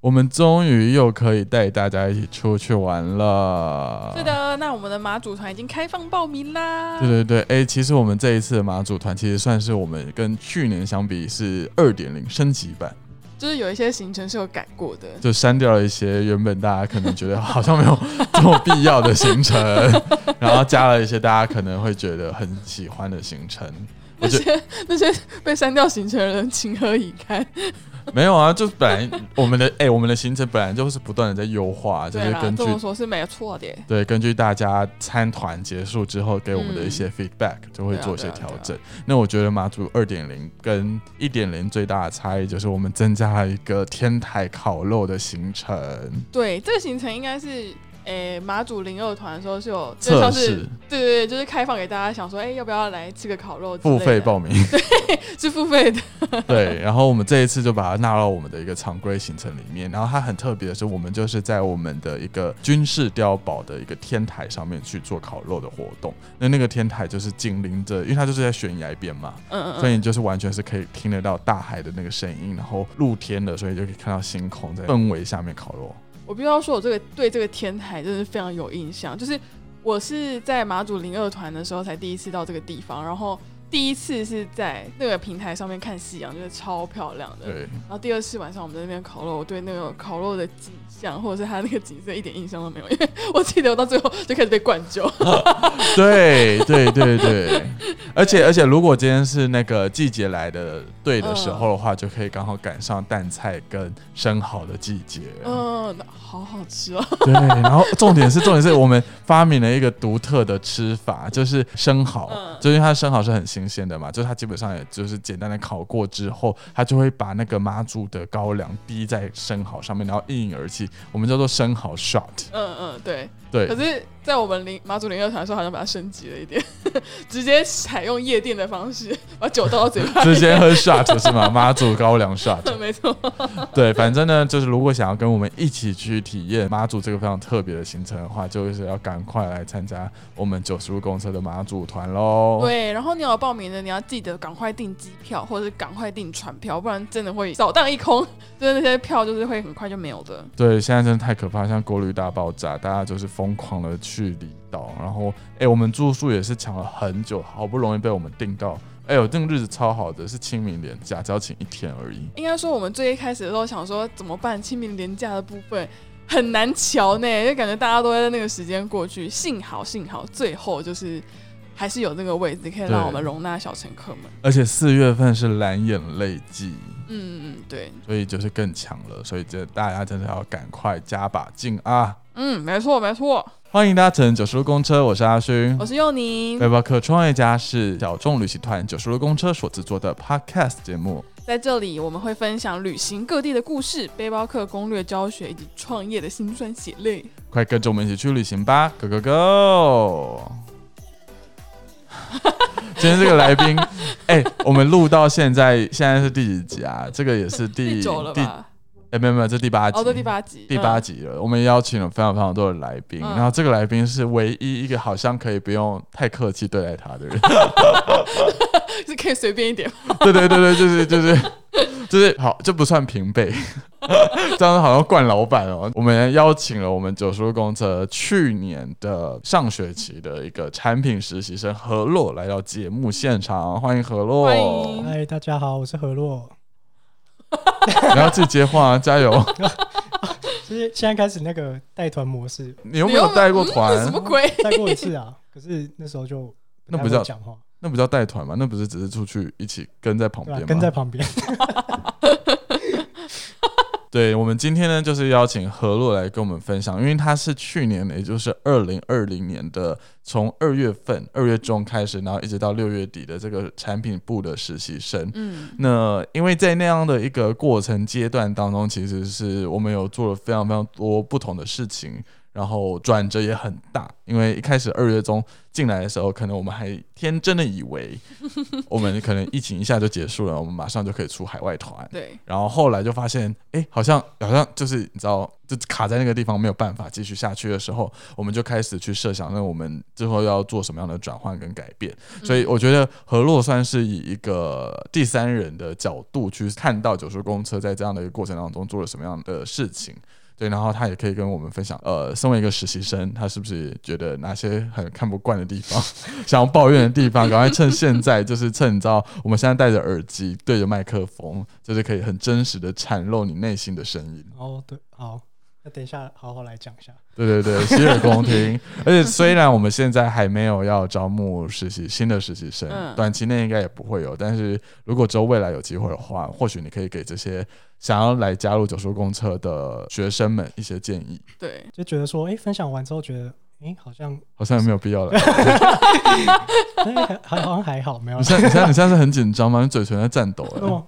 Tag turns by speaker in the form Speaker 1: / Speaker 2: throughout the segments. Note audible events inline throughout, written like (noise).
Speaker 1: 我们终于又可以带大家一起出去玩了。
Speaker 2: 是的，那我们的马祖团已经开放报名啦。
Speaker 1: 啊对对对，哎、其实我们这一次的马祖团其实算是我们跟去年相比是二点零升级版，
Speaker 2: 就是有一些行程是有改过的，
Speaker 1: 就删掉了一些原本大家可能觉得好像没有这么必要的行程，然后加了一些大家可能会觉得很喜欢的行程。我
Speaker 2: 那
Speaker 1: 觉
Speaker 2: 些那些 (laughs) 被删掉行程的人，情何以
Speaker 1: (laughs)
Speaker 2: 堪？
Speaker 1: 没有啊，就本来我们的哎、我们的行程本来就是不断的在优化，就
Speaker 2: 对
Speaker 1: 是
Speaker 2: 啦，
Speaker 1: 根据
Speaker 2: 这么说是没错的耶。
Speaker 1: 对，根据大家参团结束之后给我们的一些 feedback，、就会
Speaker 2: 嗯对啊
Speaker 1: 做一些
Speaker 2: 对啊
Speaker 1: 调
Speaker 2: 对啊
Speaker 1: 整。那我觉得马祖二点零跟一点零最大的差异就是我们增加了一个天台烤肉的行程
Speaker 2: 对，这个行程应该是。诶、马祖零二团的时候是有，就
Speaker 1: 测
Speaker 2: 像是
Speaker 1: 试，
Speaker 2: 对对对，就是开放给大家，想说，哎、要不要来吃个烤肉之类
Speaker 1: 付
Speaker 2: 的？
Speaker 1: 费报名。
Speaker 2: (laughs) 是付费的，
Speaker 1: 对，然后我们这一次就把它纳到我们的一个常规行程里面。然后它很特别的是，我们就是在我们的一个军事碉堡的一个天台上面去做烤肉的活动。那那个天台就是紧邻着，因为它就是在悬崖边嘛，
Speaker 2: 嗯嗯
Speaker 1: 所以
Speaker 2: 嗯，
Speaker 1: 你就是完全是可以听得到大海的那个声音，然后露天的，所以就可以看到星空，在氛围下面烤肉。
Speaker 2: 我必须要说，我这个对这个天台真的是非常有印象，就是我是在马祖零二团的时候才第一次到这个地方，然后第一次是在那个平台上面看夕阳，就是超漂亮的，
Speaker 1: 对，
Speaker 2: 然后第二次晚上我们在那边烤肉，我对那个烤肉的景象或者是它那个景色一点印象都没有，因为 (laughs) 我记得我到最后就开始被灌酒。
Speaker 1: 对，对，对，对。而且，而且，如果今天是那个季节来的对的时候的话，就可以刚好赶上淡菜跟生蚝的季节。
Speaker 2: 嗯，那好好吃哦。
Speaker 1: 啊对，然后重点是，重点是我们发明了一个独特的吃法，就是生蚝，
Speaker 2: 嗯
Speaker 1: 就是因为它生蚝是很新鲜的嘛，就是它基本上也就是简单的烤过之后，它就会把那个妈祖的高粱滴在生蚝上面，然后一饮而尽，我们叫做生蚝 shot。
Speaker 2: (laughs) 嗯嗯，对。
Speaker 1: 对
Speaker 2: 可，是，在我们零马祖零二团的时候，好像把它升级了一点， (laughs) 直接采用夜店的方式，把酒倒到嘴巴里。
Speaker 1: 直接喝 shot 是吗？妈祖高粱 shot。
Speaker 2: (laughs) 没错，
Speaker 1: 对，反正呢，就是如果想要跟我们一起去体验妈祖这个非常特别的行程的话，就是要赶快来参加我们九十路公车的妈祖团喽。
Speaker 2: 对。然后你有报名的，你要记得赶快订机票，或者是赶快订船票，不然真的会扫荡一空，就是那些票就是会很快就没有的。
Speaker 1: 对，现在真的太可怕，像国旅大爆炸，大家就是疯狂的去离岛，然后哎、我们住宿也是抢了很久，好不容易被我们订到。哎呦，那个日子超好的，是清明连假，只要请一天而已。
Speaker 2: 应该说，我们最一开始的时候想说怎么办，清明廉价的部分很难瞧呢，就感觉大家都会在那个时间过去。幸好，幸好，最后就是还是有那个位置可以让
Speaker 1: 对
Speaker 2: 我们容纳小乘客们。
Speaker 1: 而且四月份是蓝眼泪季，
Speaker 2: 嗯嗯，对，
Speaker 1: 所以就是更强了，所以这大家真的要赶快加把劲啊！
Speaker 2: 嗯，没错没错。
Speaker 1: 欢迎搭乘九十路公车，我是阿勋
Speaker 2: 我。是佑宁
Speaker 1: 背，包客创业家是小众旅行团九十路公车所制作的 Podcast 节目。
Speaker 2: 在这里我们会分享旅行各地的故事、背包客攻略教学以及创业的辛酸血泪。
Speaker 1: 快跟着我们一起去旅行吧，Go Go Go！今天这个来宾， (laughs) 哎、我们录到现在，现在是第几集啊？这个也是第
Speaker 2: 第九了
Speaker 1: 第
Speaker 2: 吧？
Speaker 1: 哎、没有没有，这第八集，
Speaker 2: 哦，对，第八集，
Speaker 1: 第八
Speaker 2: 嗯
Speaker 1: 集了。我们邀请了非常非常多的来宾，
Speaker 2: 嗯
Speaker 1: 然后这个来宾是唯一一个好像可以不用太客气对待他的人。
Speaker 2: 嗯是可以随便一点吗。
Speaker 1: 对对对对，就是就是就是好，这不算平辈， (laughs) 这样好像惯老板哦。我们邀请了我们九叔公车去年的上学期的一个产品实习生何洛来到节目现场，欢迎何洛，
Speaker 2: 欢迎
Speaker 3: 嗨，哎大家好，我是何洛。
Speaker 1: 然后自己接话、加
Speaker 2: (laughs)
Speaker 1: 油！
Speaker 3: 就是现在开始那个带团模式，
Speaker 1: 你又没
Speaker 2: 你
Speaker 1: (laughs)
Speaker 2: 又
Speaker 1: 有
Speaker 2: 没
Speaker 1: 带过
Speaker 2: 这嗯什
Speaker 1: 团
Speaker 2: 么，鬼？
Speaker 3: 带过一次啊， (laughs) 可是那时候就
Speaker 1: 那
Speaker 3: 太
Speaker 1: 不
Speaker 3: 会
Speaker 1: 叫
Speaker 3: 讲话，
Speaker 1: 那不叫带团嘛？那不是只是出去一起跟在旁
Speaker 3: 对吧、啊
Speaker 1: 边吗？
Speaker 3: 跟在旁边，
Speaker 1: 对，我们今天呢，就是邀请何洛来跟我们分享，因为他是去年，也就是二零二零年的，从二月份二月中开始，然后一直到六月底的这个产品部的实习生。
Speaker 2: 嗯，
Speaker 1: 那因为在那样的一个过程阶段当中，其实是我们有做了非常非常多不同的事情，然后转折也很大，因为一开始二月中进来的时候，可能我们还天真的以为我们可能疫情一下就结束了，我们马上就可以出海外团。
Speaker 2: 对，
Speaker 1: 然后后来就发现，哎，好像好像就是你知道，就卡在那个地方没有办法继续下去的时候，我们就开始去设想，那我们之后要做什么样的转换跟改变。所
Speaker 2: 嗯
Speaker 1: 以我觉得何洛算是以一个第三人的角度去看到九叔公车在这样的一个过程当中做了什么样的事情。对，然后他也可以跟我们分享，呃，身为一个实习生，他是不是觉得哪些很看不惯的地方， (laughs) 想要抱怨的地方，赶快趁现在，就是趁你知道我们现在戴着耳机对着麦克风，就是可以很真实的袒露你内心的声音。
Speaker 3: 哦，对，好，那等一下好好来讲一下。
Speaker 1: 对对对，洗耳恭听。而且虽然我们现在还没有要招募实习新的实习生，
Speaker 2: 嗯
Speaker 1: 短期内应该也不会有。但是如果之后未来有机会的话，或许你可以给这些想要来加入九叔公车的学生们一些建议。
Speaker 2: 对，
Speaker 3: 就觉得说，哎、分享完之后觉得，哎、好像，
Speaker 1: 好像也没有必要
Speaker 3: (laughs)
Speaker 1: 了。
Speaker 3: 哎、还还好像还好，没有
Speaker 1: 你。 (laughs) 现在你现在你现在是很紧张吗？你嘴唇在颤抖哎。
Speaker 3: 哦，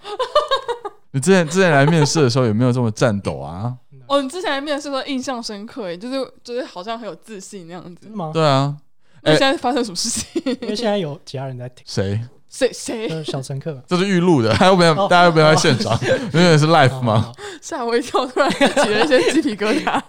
Speaker 1: 你之前之前来面试的时候有没有这么颤抖啊？
Speaker 2: 哦，你之前面试说印象深刻耶，就是就是好像很有自信那样子
Speaker 3: 真。的吗？
Speaker 1: 对啊，
Speaker 2: 那
Speaker 1: 哎
Speaker 2: 现在发生什么事情？ (laughs)
Speaker 3: 因为现在有其他人在听，
Speaker 1: 谁？
Speaker 2: 谁谁
Speaker 3: 就是小乘客。
Speaker 1: 这是预录的，还有没有？
Speaker 3: 哦
Speaker 1: 大家有没有在现场？
Speaker 3: (laughs)
Speaker 1: 因为是 live 吗？
Speaker 3: 好？
Speaker 2: 吓我一跳，突然起了一些鸡皮疙瘩。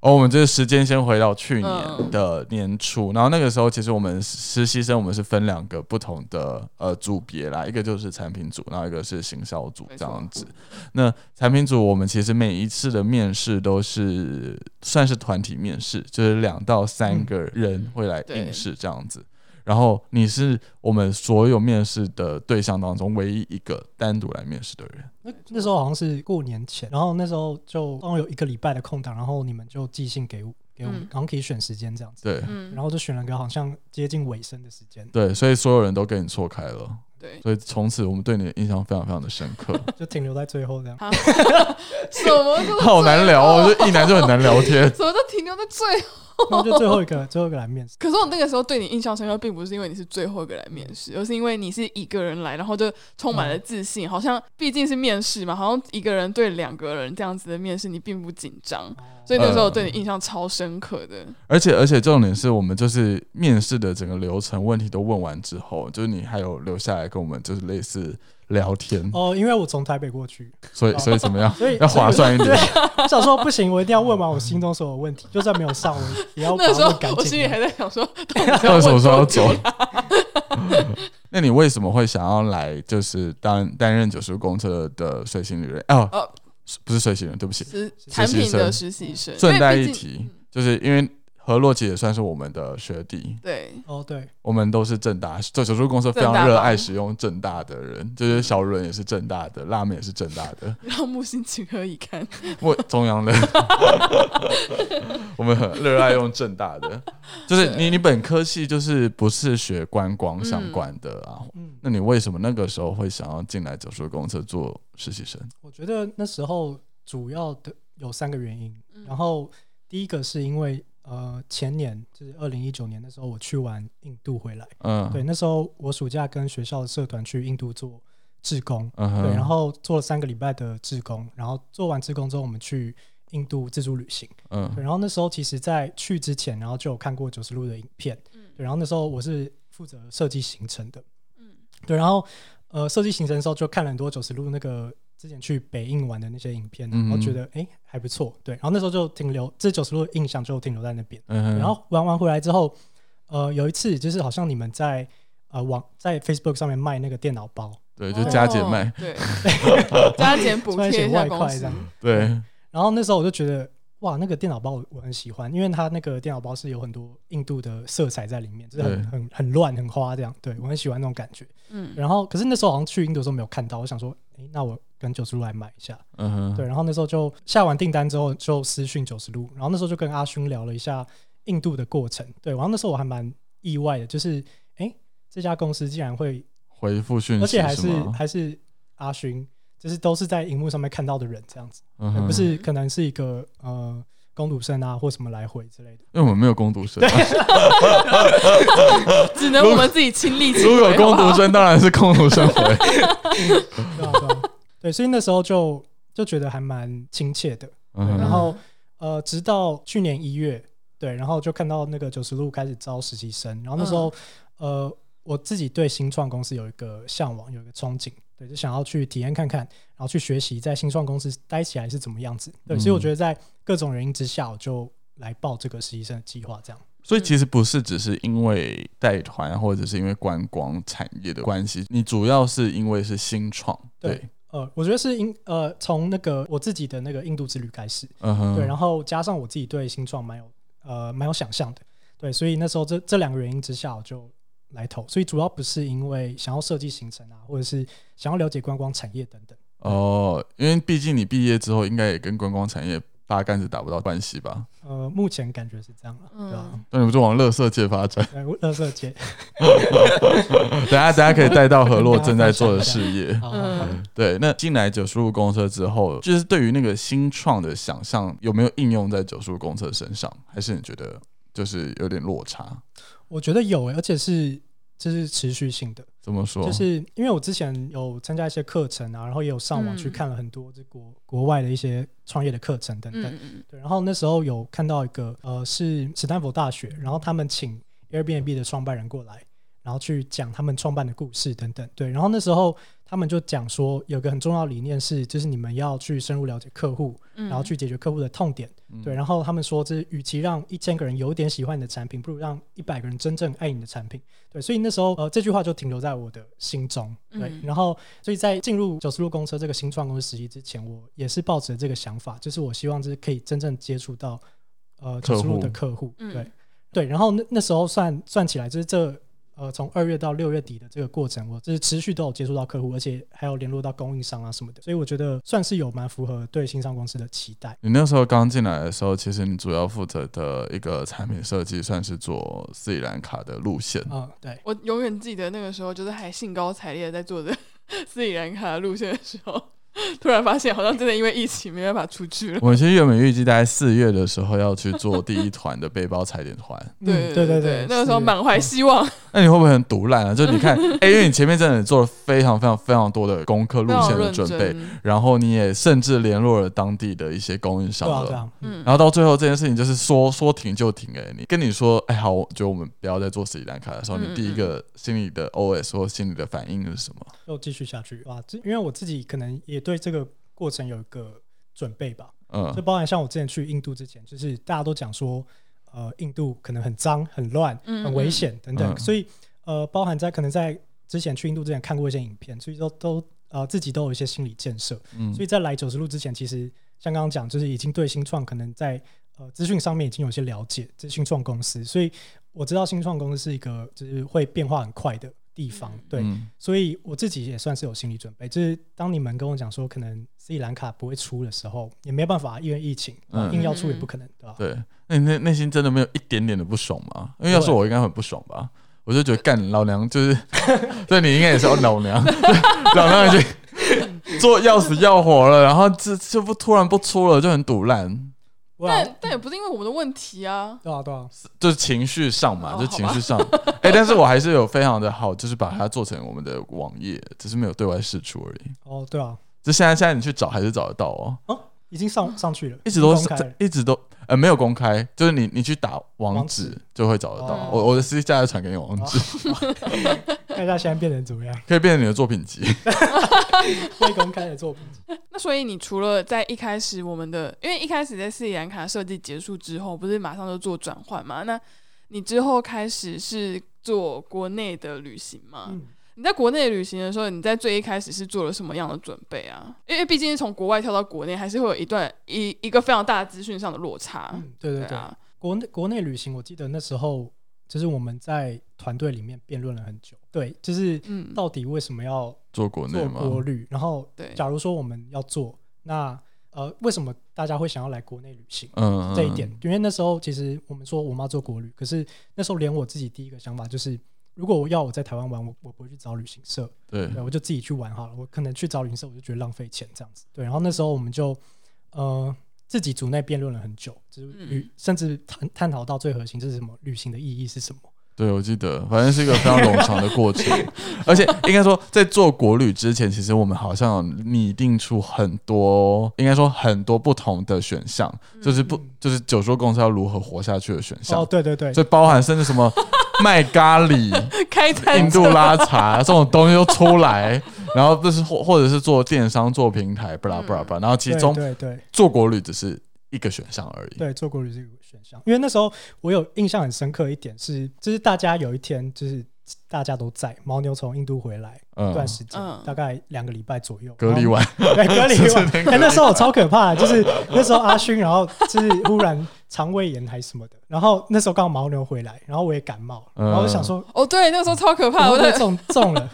Speaker 1: 哦，我们这个时间先回到去
Speaker 2: 嗯
Speaker 1: 年的年初，然后那个时候其实我们实习生我们是分两个不同的呃组别啦，一个就是产品组，然后一个是行销组
Speaker 2: 没
Speaker 1: 这
Speaker 2: 错
Speaker 1: 样子。那产品组我们其实每一次的面试都是算是团体面试，就是两到三个人会来
Speaker 2: 对
Speaker 1: 应试这样子。然后你是我们所有面试的对象当中唯一一个单独来面试的人。
Speaker 3: 那那时候好像是过年前，然后那时候就刚好有一个礼拜的空档，然后你们就寄信给我，给我们
Speaker 2: 嗯，
Speaker 3: 然后可以选时间这样子，
Speaker 1: 对、
Speaker 2: 嗯，
Speaker 3: 然后就选了个好像接近尾声的时间，
Speaker 1: 对，所以所有人都跟你错开了。
Speaker 2: (laughs) 对，
Speaker 1: 所以从此我们对你的印象非常非常的深刻，
Speaker 3: 就停留在最后这样。
Speaker 2: 什么都。
Speaker 1: 好难聊哦，就一男就很难聊天
Speaker 2: 什么都停留在最后。
Speaker 3: 然后就最后一
Speaker 2: (laughs)
Speaker 3: 个，最后一个来面试。
Speaker 2: 可是我那个时候对你印象深刻，并不是因为你是最后一个来面
Speaker 1: 嗯
Speaker 2: 试，而是因为你是一个人来，然后就充满了自信，好像毕竟是面试嘛，好像一个人对两个人这样子的面试，你并不紧张。
Speaker 1: 哦
Speaker 2: 所以那个时候我对你印象超深刻的，
Speaker 1: 而且而且重点是我们就是面试的整个流程问题都问完之后，就是你还有留下来跟我们就是类似聊天，
Speaker 3: 哦，因为我从台北过去，
Speaker 1: 所以所以怎么样
Speaker 3: 所以 (laughs)
Speaker 1: 要划算一点？
Speaker 3: 我想说不行，我一定要问完我心中所有问题，就算没有上，我也要把
Speaker 2: 那
Speaker 3: 它
Speaker 2: 个时
Speaker 3: 问
Speaker 2: 候
Speaker 3: 干
Speaker 2: 我
Speaker 3: 净
Speaker 2: 心里
Speaker 3: 这样。
Speaker 2: 还在想说， (laughs)
Speaker 1: 到底什么嗯时候要走？ (laughs) 那你为什么会想要来就是担担任九十公车的随行旅人？哦，
Speaker 2: 哦
Speaker 1: 不是随行人，对不起，
Speaker 2: (laughs) 是产品的实习生，
Speaker 1: 顺带
Speaker 2: 因为
Speaker 1: 一
Speaker 2: 毕竟
Speaker 1: 提，就是因为何洛姐也算是我们的学弟，
Speaker 2: 对，
Speaker 3: 哦，对，
Speaker 1: 我们都是正大，这手术公司非常热爱使用正大的人，就是小伦也是正大的，辣妹也是正大的，
Speaker 2: 让木星情何以堪？
Speaker 1: 我中央的， (laughs) 我们很热爱用正大的，就是你你本科系就是不是学观光相关的啊，
Speaker 3: 嗯，
Speaker 1: 那你为什么那个时候会想要进来手术公司做实习生？
Speaker 3: 我觉得那时候主要的有三个原因，
Speaker 2: 嗯
Speaker 3: 然后第一个是因为呃前年就是二零一九年那时候我去完印度回来，
Speaker 1: 嗯，
Speaker 3: 对，，那时候我暑假跟学校的社团去印度做志工，
Speaker 1: 嗯哼，
Speaker 3: 对，然后做了三个礼拜的志工，然后做完志工之后我们去。印度自助旅行，对，
Speaker 1: 嗯
Speaker 3: 然后那时候其实，在去之前，然后就有看过九十路的影片，对，然后那时候我是负责设计行程的，
Speaker 2: 嗯
Speaker 3: 对，然后呃，设计行程的时候就看了很多九十路那个之前去北印玩的那些影片，然后
Speaker 1: 嗯
Speaker 3: 觉得哎、诶还不错，对，然后那时候就停留这九十路的印象就停留在那边。
Speaker 1: 嗯哼，
Speaker 3: 然后玩完回来之后，呃，有一次就是好像你们在呃网在 Facebook 上面卖那个电脑包，
Speaker 1: 对，就加减卖
Speaker 2: 哦，对，
Speaker 1: (laughs)
Speaker 2: 加减补
Speaker 3: 突然
Speaker 2: 贴
Speaker 3: 写
Speaker 2: 一下
Speaker 3: 外
Speaker 2: 公
Speaker 3: 快这
Speaker 2: 司
Speaker 3: 样，，
Speaker 1: 对，
Speaker 3: 然后那时候我就觉得。哇，那个电脑包我我很喜欢，因为它那个电脑包是有很多印度的色彩在里面，就是
Speaker 1: 对
Speaker 3: 很很很乱很花这样，对我很喜欢那种感觉。
Speaker 2: 嗯，
Speaker 3: 然后可是那时候好像去印度的时候没有看到，我想说，诶，那我跟九十路来买一下。
Speaker 1: 嗯哼，
Speaker 3: 对，然后那时候就下完订单之后就私讯九十路，然后那时候就跟阿勋聊了一下印度的过程。对，然后那时候我还蛮意外的，就是诶，这家公司竟然会，
Speaker 1: 回复讯息，
Speaker 3: 而且还是
Speaker 1: 吗？
Speaker 3: 还是阿勋，就是都是在荧幕上面看到的人这样子，
Speaker 1: 嗯
Speaker 3: 对
Speaker 1: 哼
Speaker 3: 不是可能是一个呃工读生啊或什么来回之
Speaker 1: (laughs)
Speaker 3: 类的。
Speaker 1: 因为我们没有攻读生。
Speaker 2: 只能我们自己亲
Speaker 1: (laughs)
Speaker 2: 力亲
Speaker 1: 如
Speaker 2: 为。
Speaker 1: 果有
Speaker 2: 好
Speaker 1: 工
Speaker 2: 不好
Speaker 1: 读生，当然是工读
Speaker 3: (laughs)
Speaker 1: 生回。
Speaker 3: 对啊对啊对，所以那时候就就觉得还蛮亲切的。
Speaker 1: 嗯
Speaker 3: 对，然后呃，直到去年一月，对，然后就看到那个九十路开始招实习生，然后那时候、
Speaker 1: 嗯
Speaker 3: 呃，我自己对新创公司有一个向往，有一个憧憬，对，就想要去体验看看，然后去学习在新创公司待起来是怎么样子，对，所以我
Speaker 1: 嗯
Speaker 3: 觉得在各种原因之下，我就来报这个实习生的计划，这样。
Speaker 1: 所以其实不是只是因为带团或者是因为观光产业的关系，你主要是因为是新创，
Speaker 3: 对
Speaker 1: 对，
Speaker 3: 呃，我觉得是因呃，从那个我自己的那个印度之旅开始，
Speaker 1: 嗯哼，
Speaker 3: 对，然后加上我自己对新创蛮有呃蛮有想象的，对，所以那时候这这两个原因之下，我就来投，所以主要不是因为想要设计行程啊，或者是想要了解观光产业等等，
Speaker 1: 哦，因为毕竟你毕业之后，应该也跟观光产业八竿子打不到关系吧？
Speaker 3: 呃，目前感觉是这样了，对吧、呃
Speaker 2: 嗯
Speaker 1: 那你们就往乐色界发
Speaker 3: (laughs)
Speaker 1: 展？ (laughs)
Speaker 3: 对，乐色街，
Speaker 1: 等下等下可以带到河洛正在做的事业。
Speaker 3: 好好好
Speaker 2: 嗯，
Speaker 1: 对，那进来九十五公车之后，就是对于那个新创的想象，有没有应用在九十五公车身上？还是你觉得就是有点落差？
Speaker 3: 我觉得有诶、而且是这是持续性的，
Speaker 1: 怎么说？
Speaker 3: 就是因为我之前有参加一些课程啊，然后也有上网去
Speaker 2: 嗯
Speaker 3: 看了很多这国国外的一些创业的课程等等，
Speaker 2: 嗯嗯
Speaker 3: 对，然后那时候有看到一个呃是史丹佛大学，然后他们请 Airbnb 的创办人过来，然后去讲他们创办的故事等等。对，然后那时候他们就讲说，有个很重要的理念是，就是你们要去深入了解客户，
Speaker 2: 嗯，
Speaker 3: 然后去解决客户的痛点。
Speaker 1: 嗯
Speaker 2: 啊
Speaker 3: 对，然后他们说，这与其让一千个人有点喜欢你的产品，不如让一百个人真正爱你的产品。对，所以那时候呃这句话就停留在我的心中。对，
Speaker 2: 嗯
Speaker 3: 然后所以在进入九十路公车这个新创公司实习之前，我也是抱着这个想法，就是我希望就是可以真正接触到呃
Speaker 1: 客
Speaker 3: 九
Speaker 1: 户
Speaker 3: 十路的客户。
Speaker 2: 嗯
Speaker 3: 对对，然后那那时候算算起来，就是这。呃，从二月到六月底的这个过程，我就是持续都有接触到客户，而且还有联络到供应商啊什么的，所以我觉得算是有蛮符合对新商公司的期待。
Speaker 1: 你那时候刚进来的时候，其实你主要负责的一个产品设计，算是做斯里兰卡的路线。
Speaker 2: 哦
Speaker 3: 嗯，对，
Speaker 2: 我永远记得那个时候，就是还兴高采烈的在做着 (laughs) 斯里兰卡的路线的时候， (laughs) 突然发现好像真的因为疫情没办法出去了。
Speaker 1: 我们其实原本预计大概四月的时候要去做第一团的背包踩点团，
Speaker 3: 嗯
Speaker 2: 对
Speaker 3: 对
Speaker 2: 对
Speaker 3: 对，
Speaker 2: 那个时候
Speaker 3: 是
Speaker 2: 满怀
Speaker 3: 嗯
Speaker 2: 希望，
Speaker 1: 那你会不会很毒烂啊？就你
Speaker 2: (laughs)
Speaker 1: 看，哎、因为你前面真的做了非常非常非常多的功课、路
Speaker 2: 非常
Speaker 1: 线的
Speaker 2: 认
Speaker 1: 准备，
Speaker 2: 真。
Speaker 1: 然后你也甚至联络了当地的一些供应商
Speaker 3: 对啊，对
Speaker 1: 了。
Speaker 3: 啊，嗯，
Speaker 2: 嗯，
Speaker 1: 然后到最后这件事情就是说说停就停哎、你跟你说哎、好，我觉得我们不要再做斯里兰卡的时候，
Speaker 2: 嗯嗯
Speaker 1: 你第一个心里的 OS 或心里的反应是什么？
Speaker 3: 又继续下去哇！这因为我自己可能也对这个过程有一个准备吧，就
Speaker 1: 嗯，
Speaker 3: 包含像我之前去印度之前，就是大家都讲说，呃，印度可能很脏、很乱、
Speaker 2: 嗯
Speaker 3: 很危险等等，
Speaker 1: 嗯
Speaker 3: 所以呃，包含在可能在之前去印度之前看过一些影片，所以都都呃自己都有一些心理建设，
Speaker 1: 嗯
Speaker 3: 所以在来九十路之前，其实像刚刚讲，就是已经对新创可能在呃资讯上面已经有些了解，资讯创公司，所以我知道新创公司是一个就是会变化很快的地方，对，
Speaker 1: 嗯
Speaker 3: 所以我自己也算是有心理准备，就是当你们跟我讲说可能斯里兰卡不会出的时候，也没办法，因为疫情，
Speaker 1: 嗯
Speaker 3: 硬要出也不可能，对吧？
Speaker 1: 对，那你内内心真的没有一点点的不爽吗？因为要是我应该很不爽吧，我就觉得干老娘就是， (laughs) 对你应该也是哦老娘， (laughs) 老娘已经做要死要活了，然后这这不突然不出了，就很堵烂，
Speaker 3: 对啊，
Speaker 2: 但但也不是因为我们的问题啊，
Speaker 3: 对啊，对啊，
Speaker 1: 就是情绪上嘛，
Speaker 2: 哦
Speaker 1: 就情绪
Speaker 3: (laughs)
Speaker 1: 上。哎、但是我还是有非常的好，就是把它做成我们的网页，只是没有对外释出而已。
Speaker 3: 哦，对啊，
Speaker 1: 就现在现在你去找还是找得到哦，
Speaker 3: 哦，已经上上去了，
Speaker 1: 一直都
Speaker 3: 公
Speaker 1: 是
Speaker 3: 开
Speaker 1: (laughs)
Speaker 3: 了，
Speaker 1: 一直都呃没有公开，就是你你去打网
Speaker 3: 网
Speaker 1: 址
Speaker 3: 址哦
Speaker 1: 就会找得到。
Speaker 2: 哦
Speaker 1: 我我的私下再传给你网址。
Speaker 3: 看一下现在变成怎么样，
Speaker 1: (laughs)
Speaker 3: (laughs)
Speaker 1: 可以变成你的作品集。
Speaker 3: 未公开的作品，
Speaker 2: 那所以你除了在一开始我们的，因为一开始在斯里兰卡设计结束之后，不是马上就做转换嘛？那你之后开始是做国内的旅行吗？
Speaker 3: 嗯，
Speaker 2: 你在国内旅行的时候，你在最一开始是做了什么样的准备啊？因为毕竟是从国外跳到国内，还是会有一段一一个非常大的资讯上的落差。
Speaker 3: 嗯对对对，
Speaker 2: 啊，
Speaker 3: 国内国内旅行，我记得那时候就是我们在团队里面辩论了很久，对，就是
Speaker 2: 嗯，
Speaker 3: 到底为什么要
Speaker 1: 做国内
Speaker 3: 做
Speaker 1: 吗？
Speaker 3: 国旅，然后
Speaker 2: 对，
Speaker 3: 假如说我们要做，那呃，为什么大家会想要来国内旅行？
Speaker 1: 嗯，嗯
Speaker 3: 这一点，，因为那时候其实我们说我妈做国旅，可是那时候连我自己第一个想法就是，如果我要我在台湾玩，我我不会去找旅行社，
Speaker 1: 对
Speaker 3: 对，我就自己去玩好了。我可能去找旅行社，我就觉得浪费钱这样子。对，然后那时候我们就呃自己组内辩论了很久，就是旅、
Speaker 2: 嗯
Speaker 3: 甚至探探讨到最核心，就是什么旅行的意义是什么。
Speaker 1: 对，我记得，反正是一个非常冗长的
Speaker 3: (laughs)
Speaker 1: 过程，而且应该说，在做国旅之前，其实我们好像有拟定出很多，应该说很多不同的选项，
Speaker 2: 嗯
Speaker 1: 就是不就是九州公司要如何活下去的选项，
Speaker 3: 哦，对对对，
Speaker 1: 所以包含甚至什
Speaker 3: (laughs)
Speaker 1: 么卖咖喱、
Speaker 2: 开餐
Speaker 1: 印度拉茶这种东西都出来，然后就是或或者是做电商、做平台，巴拉
Speaker 2: 嗯
Speaker 1: 巴拉巴拉，然后其
Speaker 3: 对
Speaker 1: 中
Speaker 3: 对对
Speaker 1: 做国旅只是一个选项而已。
Speaker 3: 对，做国旅这个选项，因为那时候我有印象很深刻一点是，就是大家有一天就是大家都在牦牛从印度回来一
Speaker 1: 嗯，
Speaker 3: 段时间，
Speaker 2: 嗯
Speaker 3: 大概两个礼拜左右
Speaker 1: 隔离，完，
Speaker 3: 然后对，隔离完
Speaker 1: 是 (laughs) 那。个
Speaker 3: (laughs) 哎，那时候我超可怕的，就是 (laughs) 那时候阿勋，然后就是忽然肠胃炎还是什么的，然后那时候刚好牦牛回来，然后我也感冒，
Speaker 1: 嗯
Speaker 3: 然后我就想说
Speaker 2: 哦，对，那个时候超可怕，
Speaker 3: 我
Speaker 2: 我
Speaker 3: 会不会
Speaker 2: 在
Speaker 3: 中中 (laughs) 了，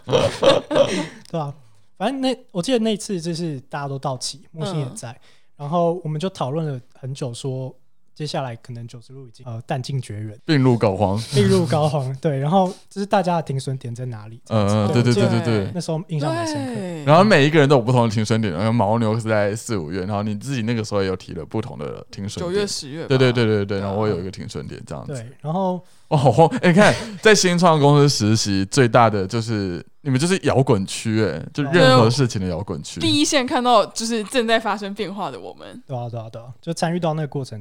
Speaker 3: 对吧、反正那我记得那一次就是大家都到齐，木星也在，然后我们就讨论了很久说，接下来可能九十路已经呃弹尽绝缘，
Speaker 1: 病入膏肓。
Speaker 3: 病入膏肓，对，然后就是大家的停损点在哪里？这样子
Speaker 1: 嗯，
Speaker 2: 对
Speaker 1: 对对对
Speaker 2: 对
Speaker 1: 对对。
Speaker 3: 那时候印象蛮深刻。
Speaker 2: 对，
Speaker 1: 然后每一个人都有不同的停损点，然后牦牛是在四五月，然后你自己那个时候也有提了不同的停损
Speaker 2: 九
Speaker 1: 点。
Speaker 2: 月、十月吧，
Speaker 1: 对对对对对，然后我有一个停损点这样子。
Speaker 3: 对，然后
Speaker 1: 哇，好慌！哎、你看在新创公司实习最大的就是你们就是摇滚区，哎，就任何事情的摇滚区。
Speaker 2: 第一线看到就是正在发生变化的我们，
Speaker 3: 对啊对啊对啊，就参与到那个过程，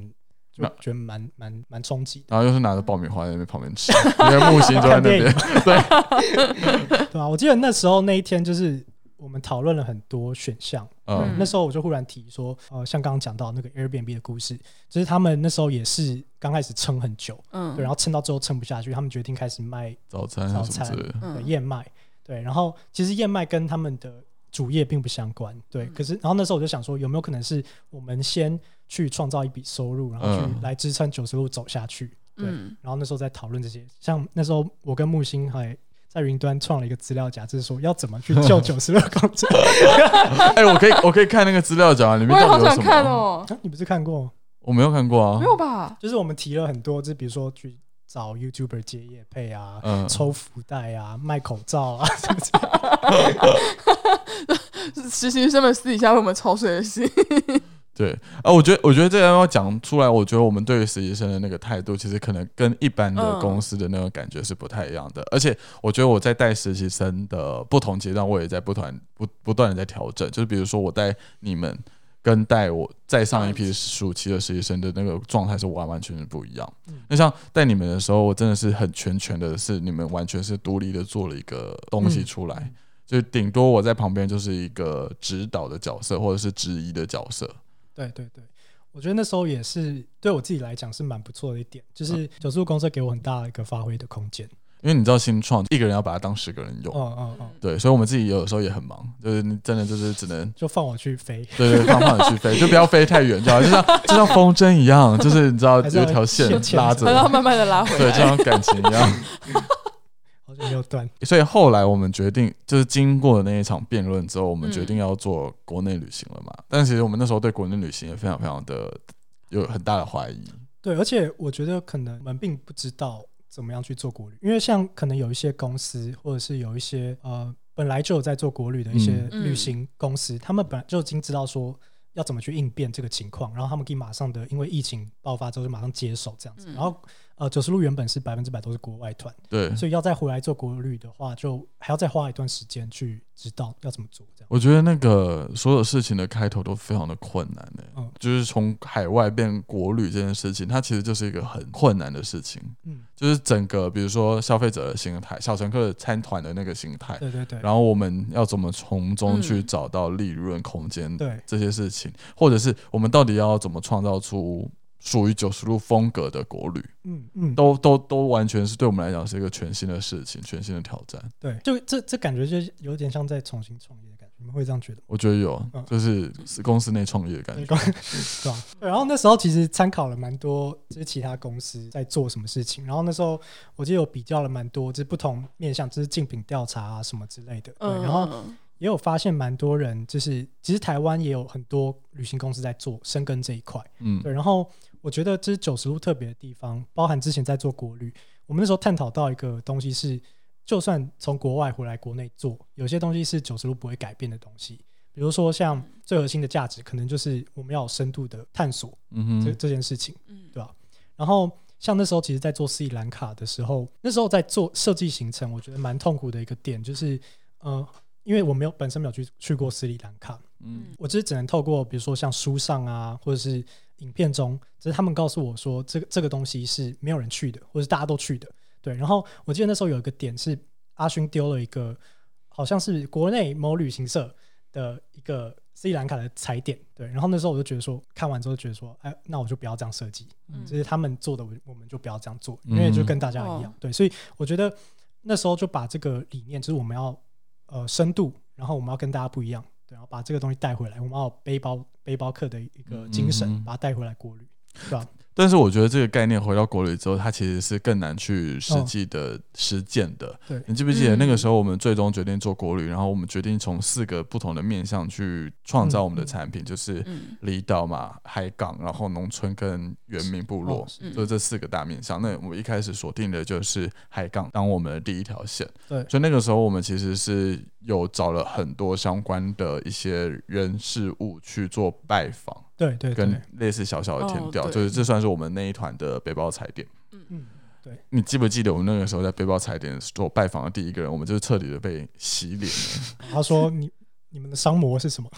Speaker 3: 就
Speaker 1: 那
Speaker 3: 觉得蛮蛮蛮冲击的，
Speaker 1: 然后又是拿着爆米花在那边旁边吃，因为木星就在那边。
Speaker 3: 对啊，我记得那时候那一天就是我们讨论了很多选项，呃
Speaker 1: 嗯
Speaker 2: 嗯 (laughs)
Speaker 3: 那时候我就忽然提说，呃，像刚刚讲到那个 Airbnb 的故事，就是他们那时候也是刚开始撑很久，
Speaker 2: 嗯，
Speaker 3: 对，然后撑到最后撑不下去，他们决定开始卖
Speaker 1: 早餐啊
Speaker 2: (laughs)
Speaker 1: 什么之类的。
Speaker 3: 呃
Speaker 2: 嗯
Speaker 3: 燕麦，对，然后其实燕麦跟他们的主业并不相关，对，
Speaker 2: 嗯
Speaker 3: 可是然后那时候我就想说，有没有可能是我们先去创造一笔收入，然后去
Speaker 1: 嗯
Speaker 3: 来支撑九十路走下去，对，
Speaker 2: 嗯
Speaker 3: 然后那时候在讨论这些，像那时候我跟木星还。在云端创了一个资料夹，就是说要怎么去救九十六公主。
Speaker 1: 哎、我可以我可以看那个资料夹里面
Speaker 2: 我也
Speaker 1: 到
Speaker 2: 好
Speaker 1: 底有
Speaker 2: 想
Speaker 1: 什么？
Speaker 2: 看哦，
Speaker 3: (laughs) 啊你不是看过吗？ (laughs)
Speaker 1: 我没有看过啊
Speaker 2: 没。有吧？
Speaker 3: 就是我们提了很多，就比如说去找 YouTuber 接业配啊，
Speaker 1: 嗯，
Speaker 3: 抽福袋啊，卖口罩啊， (laughs)
Speaker 2: 实习生们私底下为我们操碎了心，
Speaker 1: 对啊，我觉得我觉得这个要讲出来，我觉得我们对于实习生的那个态度，其实可能跟一般的
Speaker 2: 嗯
Speaker 1: 公司的那个感觉是不太一样的。而且我觉得我在带实习生的不同阶段，我也在不断不不断的在调整，就是比如说我带你们。跟带我再上一批暑期的实习生的那个状态是完完全全不一样。那像带你们的时候，我真的是很全权的，是你们完全是独立的做了一个东西
Speaker 3: 嗯
Speaker 1: 出来，就顶多我在旁边就是一个指导的角色，或者是质疑的角色。
Speaker 3: 对对对，我觉得那时候也是对我自己来讲是蛮不错的一点，就是九十五公司给我很大的一个发挥的空间。
Speaker 1: 因为你知道新创一个人要把它当十个人用，
Speaker 3: 嗯嗯嗯，
Speaker 1: 对，所以我们自己有时候也很忙，就是你真的就是只能
Speaker 3: 就放我去飞，
Speaker 1: 对对放放你去 (laughs) 飞，就不要飞太远，就好，就像就像风筝一样，就是你知道
Speaker 3: 还是要
Speaker 1: 有一条线
Speaker 3: 先前
Speaker 1: 拉
Speaker 3: 进
Speaker 1: 着，
Speaker 2: 然后慢慢的拉回
Speaker 1: 对，就
Speaker 2: 来，
Speaker 1: 像感情一样。
Speaker 3: 好久没有断。
Speaker 1: 所以后来我们决定，就是经过那一场辩论之后，我们
Speaker 2: 嗯
Speaker 1: 决定要做国内旅行了嘛。但其实我们那时候对国内旅行也非常非常的有很大的怀疑，
Speaker 3: 对，而且我觉得可能我们并不知道怎么样去做国旅，因为像可能有一些公司，或者是有一些呃本来就有在做国旅的一些
Speaker 2: 嗯
Speaker 3: 旅行公司，他们本来就已经知道说要怎么去应变这个情况，然后他们可以马上的因为疫情爆发之后就马上接手这样子。
Speaker 2: 嗯
Speaker 3: 然后呃九十路原本是百分之百都是国外团，
Speaker 1: 对。
Speaker 3: 所以要再回来做国旅的话，就还要再花一段时间去知道要怎么做这样。
Speaker 1: 我觉得那个所有事情的开头都非常的困难呢、
Speaker 3: 嗯
Speaker 1: 就是从海外变国旅这件事情，它其实就是一个很困难的事情，
Speaker 3: 嗯，
Speaker 1: 就是整个比如说消费者的心态、小乘客的参团的那个心态，
Speaker 3: 对对对，
Speaker 1: 哎然后我们要怎么从中去
Speaker 2: 嗯
Speaker 1: 找到利润空间，
Speaker 3: 对
Speaker 1: 这些事情，或者是我们到底要怎么创造出属于九十路风格的国旅，
Speaker 3: 嗯嗯，
Speaker 1: 都都都完全是对我们来讲是一个全新的事情，全新的挑战。
Speaker 3: 对，就这这感觉就是有点像在重新创业的感觉，你们会这样觉得吗？
Speaker 1: 我觉得有
Speaker 3: 嗯，
Speaker 1: 就是是公司内创业的感
Speaker 3: 对，
Speaker 1: 觉。
Speaker 3: 公对啊对然后那时候其实参考了蛮多，就是其他公司在做什么事情。然后那时候我记得有比较了蛮多，就是不同面向，就是竞品调查啊什么之类的。对，
Speaker 2: 嗯，
Speaker 3: 然后也有发现蛮多人，就是其实台湾也有很多旅行公司在做深耕这一块。
Speaker 1: 嗯，
Speaker 3: 对，然后我觉得这是九十路特别的地方，包含之前在做国旅，我们那时候探讨到一个东西是，就算从国外回来国内做，有些东西是九十路不会改变的东西，比如说像最核心的价值，可能就是我们要有深度的探索
Speaker 1: 嗯
Speaker 3: 这、
Speaker 1: 哼，
Speaker 3: 这件事情，
Speaker 2: 嗯
Speaker 3: 对吧、然后像那时候其实，在做斯里兰卡的时候，那时候在做设计行程，我觉得蛮痛苦的一个点就是，呃，因为我没有本身没有去去过斯里兰卡，
Speaker 1: 嗯，
Speaker 3: 我就是只能透过比如说像书上啊，或者是影片中，只是他们告诉我说这个这个东西是没有人去的，或者是大家都去的。对，然后我记得那时候有一个点是阿勋丢了一个，好像是国内某旅行社的一个斯里兰卡的踩点，对，然后那时候我就觉得说，看完之后就觉得说，哎，那我就不要这样设计，
Speaker 1: 嗯
Speaker 3: 就是他们做的，我我们就不要这样做，
Speaker 1: 嗯
Speaker 3: 因为就跟大家一样，对，所以我觉得那时候就把这个理念，就是我们要呃深度，然后我们要跟大家不一样，对，然后把这个东西带回来，我们要有背包背包客的一个精神，
Speaker 1: 嗯
Speaker 3: 把它带回来国旅，对吧、
Speaker 1: 但是我觉得这个概念回到国旅之后，它其实是更难去实际的实践的。
Speaker 3: 对
Speaker 1: 你记不记得
Speaker 2: 嗯
Speaker 1: 那个时候我们最终决定做国旅，然后我们决定从四个不同的面向去创造我们的产品，就是
Speaker 2: 嗯
Speaker 1: 离岛嘛、海港，然后农村跟原民部落
Speaker 3: 哦，是
Speaker 2: 嗯
Speaker 1: 就这四个大面向。那我们一开始锁定的就是海港当我们的第一条线，
Speaker 3: 对
Speaker 1: 所以那个时候我们其实是有找了很多相关的一些人事物去做拜访，
Speaker 3: 对对对
Speaker 1: 跟，类似小小的填调，
Speaker 2: 哦对
Speaker 1: 就是这算是我们那一团的背包踩点。
Speaker 3: 嗯，
Speaker 1: 你记不记得我们那个时候在背包踩点做拜访的第一个人，我们就是彻底的被洗脸。
Speaker 3: 他说你你们的商模是什么？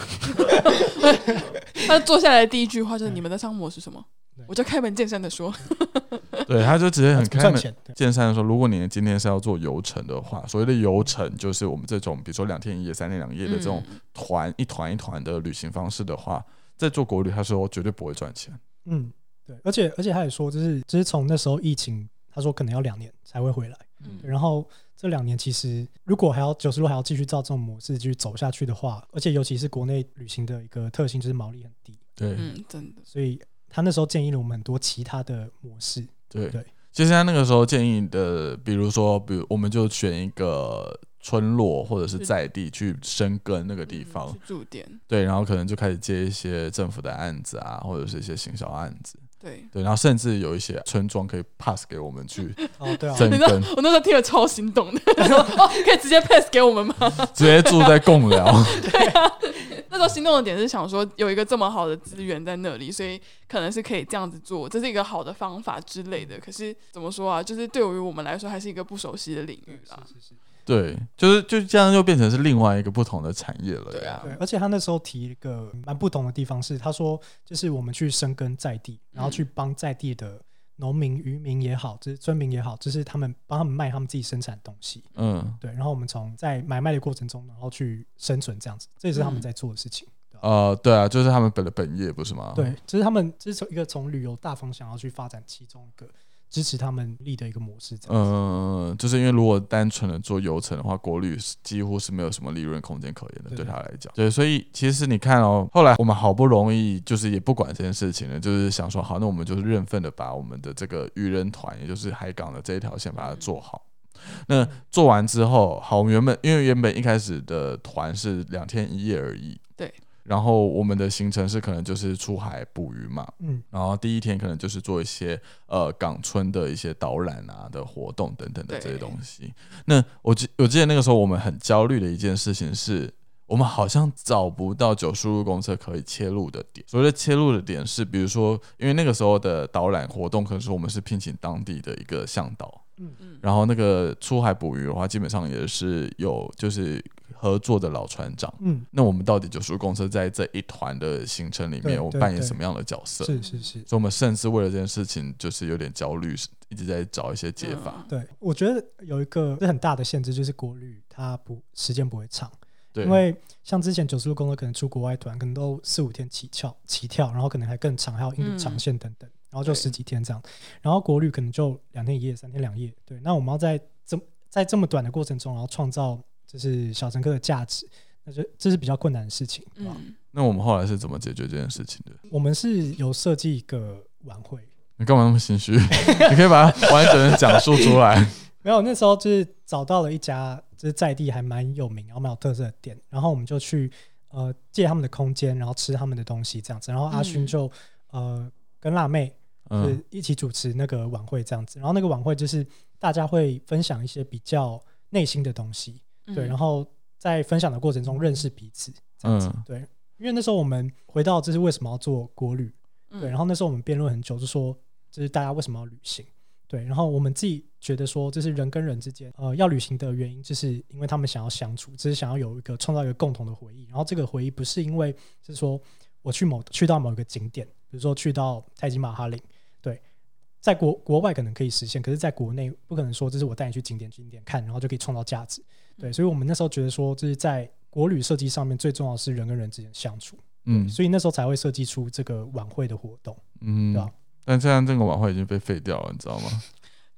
Speaker 2: 他坐下来的第一句话就是：“
Speaker 3: 嗯
Speaker 2: 你们的商模是什么
Speaker 3: 对？”
Speaker 2: 我就开门见山的说
Speaker 1: (laughs) 对，他就直接很
Speaker 3: 不
Speaker 1: 开
Speaker 3: (laughs) 赚
Speaker 1: 门
Speaker 3: 钱，对
Speaker 1: 见山的说，如果你今天是要做游程的话，所谓的游程就是我们这种比如说两天一夜、三天两：“夜的这种
Speaker 2: 嗯
Speaker 1: 团、一团一团的旅行方式的话，在做国旅，他说绝对不会赚钱。
Speaker 3: 嗯，对，而且而且他也说，就是就是从那时候疫情，他说可能要两年才会回来。
Speaker 2: 嗯
Speaker 3: 然后这两年其实如果还要九十路还要继续照这种模式去走下去的话，而且尤其是国内旅行的一个特性就是毛利很低，
Speaker 1: 对、
Speaker 2: 嗯，真的，
Speaker 3: 所以他那时候建议了我们很多其他的模式。
Speaker 1: 对
Speaker 3: 对
Speaker 1: 其实他那个时候建议的，比如说，比如我们就选一个村落或者是在地去深耕那个地方，
Speaker 2: 嗯去驻点，
Speaker 1: 对，然后可能就开始接一些政府的案子啊，或者是一些行销案子，
Speaker 2: 对。
Speaker 1: 对，然后甚至有一些村庄可以 pass 给我们去
Speaker 3: 哦，对啊，
Speaker 1: 深
Speaker 2: 你知道
Speaker 1: 耕，
Speaker 2: 我那时候听了超心
Speaker 1: (laughs)
Speaker 2: 动的，我说哦，可以直接 pass 给我们吗？啊
Speaker 1: 直接住在贡寮， (laughs)
Speaker 2: 那时候心动的点是想说有一个这么好的资源在那里，所以可能是可以这样子做，这是一个好的方法之类
Speaker 3: 嗯
Speaker 2: 的。可是怎么说啊，就是对于我们来说还是一个不熟悉的领域啦。
Speaker 3: 是是。
Speaker 1: 对，就是就这样又变成是另外一个不同的产业了
Speaker 2: 对
Speaker 1: 呀。
Speaker 2: 啊
Speaker 3: 对，而且他那时候提一个蛮不同的地方是，他说就是我们去深耕在地，然后去帮在地的农民、渔民也好，就是村民也好，就是他们帮他们卖他们自己生产的东西。
Speaker 1: 嗯，
Speaker 3: 对，然后我们从在买卖的过程中，然后去生存这样子，这也是他们
Speaker 2: 嗯
Speaker 3: 在做的事情。对啊
Speaker 1: 呃，对啊，就是他们本的本业不是吗？
Speaker 3: 对，这是他们这是从一个从旅游大方向要去发展其中一个支持他们立的一个模式，这样子。
Speaker 1: 嗯，就是因为如果单纯的做游程的话，国旅是几乎是没有什么利润空间可言的，
Speaker 3: 对啊
Speaker 1: 对他来讲。对，所以其实你看哦，后来我们好不容易就是也不管这件事情了，就是想说好，那我们就是认份的把我们的这个渔人团，也就是海港的这一条线把它做好。那做完之后，好，我们原本因为原本一开始的团是两天一夜而已，
Speaker 2: 对。
Speaker 1: 然后我们的行程是可能就是出海捕鱼嘛，
Speaker 3: 嗯，
Speaker 1: 然后第一天可能就是做一些呃港村的一些导览啊的活动等等的这些
Speaker 2: 对
Speaker 1: 东西。那我记我记得那个时候我们很焦虑的一件事情是。我们好像找不到九输入公车可以切入的点。所谓的切入的点是，比如说，因为那个时候的导览活动，可能说我们是聘请当地的一个向导，
Speaker 2: 嗯，
Speaker 1: 然后那个出海捕鱼的话，基本上也是有就是合作的老船长。
Speaker 3: 嗯，
Speaker 1: 那我们到底九输入公车在这一团的行程里
Speaker 3: 对
Speaker 1: 面，我
Speaker 3: 对
Speaker 1: 扮演
Speaker 3: 对
Speaker 1: 什么样的角色？
Speaker 3: 是是是，
Speaker 1: 所以我们甚至为了这件事情，就是有点焦虑，一直在找一些解法。
Speaker 2: 嗯，
Speaker 3: 对，我觉得有一个很大的限制就是国旅它不时间不会长，
Speaker 1: 对，
Speaker 3: 因为像之前九十路公路可能出国外团，可能都四五天起跳起跳，然后可能还更长，还有印度长线等等，然后就
Speaker 2: 对
Speaker 3: 十几天这样，然后国旅可能就两天一夜、三天两夜。对，那我们要在这么在这么短的过程中，然后创造就是小乘客的价值，那就这是比较困难的事情。对吧
Speaker 2: 嗯，
Speaker 1: 那我们后来是怎么解决这件事情的？
Speaker 3: 我们是有设计一个晚会，
Speaker 1: 你干嘛那么心虚？你可以把它完整的讲述出来。
Speaker 3: (laughs) 没有，那时候就是找到了一家就是在地还蛮有名，然后蛮有特色的店，然后我们就去呃借他们的空间，然后吃他们的东西这样子，然后阿勋
Speaker 2: 嗯
Speaker 3: 就、呃跟辣妹就是
Speaker 1: 嗯，
Speaker 3: 一起主持那个晚会这样子，然后那个晚会就是大家会分享一些比较内心的东西，对，然
Speaker 2: 后
Speaker 3: 后在分享的过程中认识彼此这样子，
Speaker 1: 嗯
Speaker 3: 对，因为那时候我们回到这是为什么要做国旅，对，然
Speaker 2: 后
Speaker 3: 后那时候我们辩论很久，就说就是大家为什么要旅行。对，然后我们自己觉得说，这是人跟人之间，呃，要旅行的原因，就是因为他们想要相处，只是想要有一个创造一个共同的回忆。然后这个回忆不是因为是说我去某去到某一个景点，比如说去到泰姬玛哈陵，对，在国国外可能可以实现，可是在国内不可能说这是我带你去景点景点看，然后就可以创造价值。对，所以我们那时候觉得说，这是在国旅设计上面最重要的是人跟人之间的相处，
Speaker 1: 嗯
Speaker 3: 所以那时候才会设计出这个晚会的活动，对啊
Speaker 1: 嗯
Speaker 3: 吧，
Speaker 1: 但现在这个晚会已经被废掉了，你知道吗？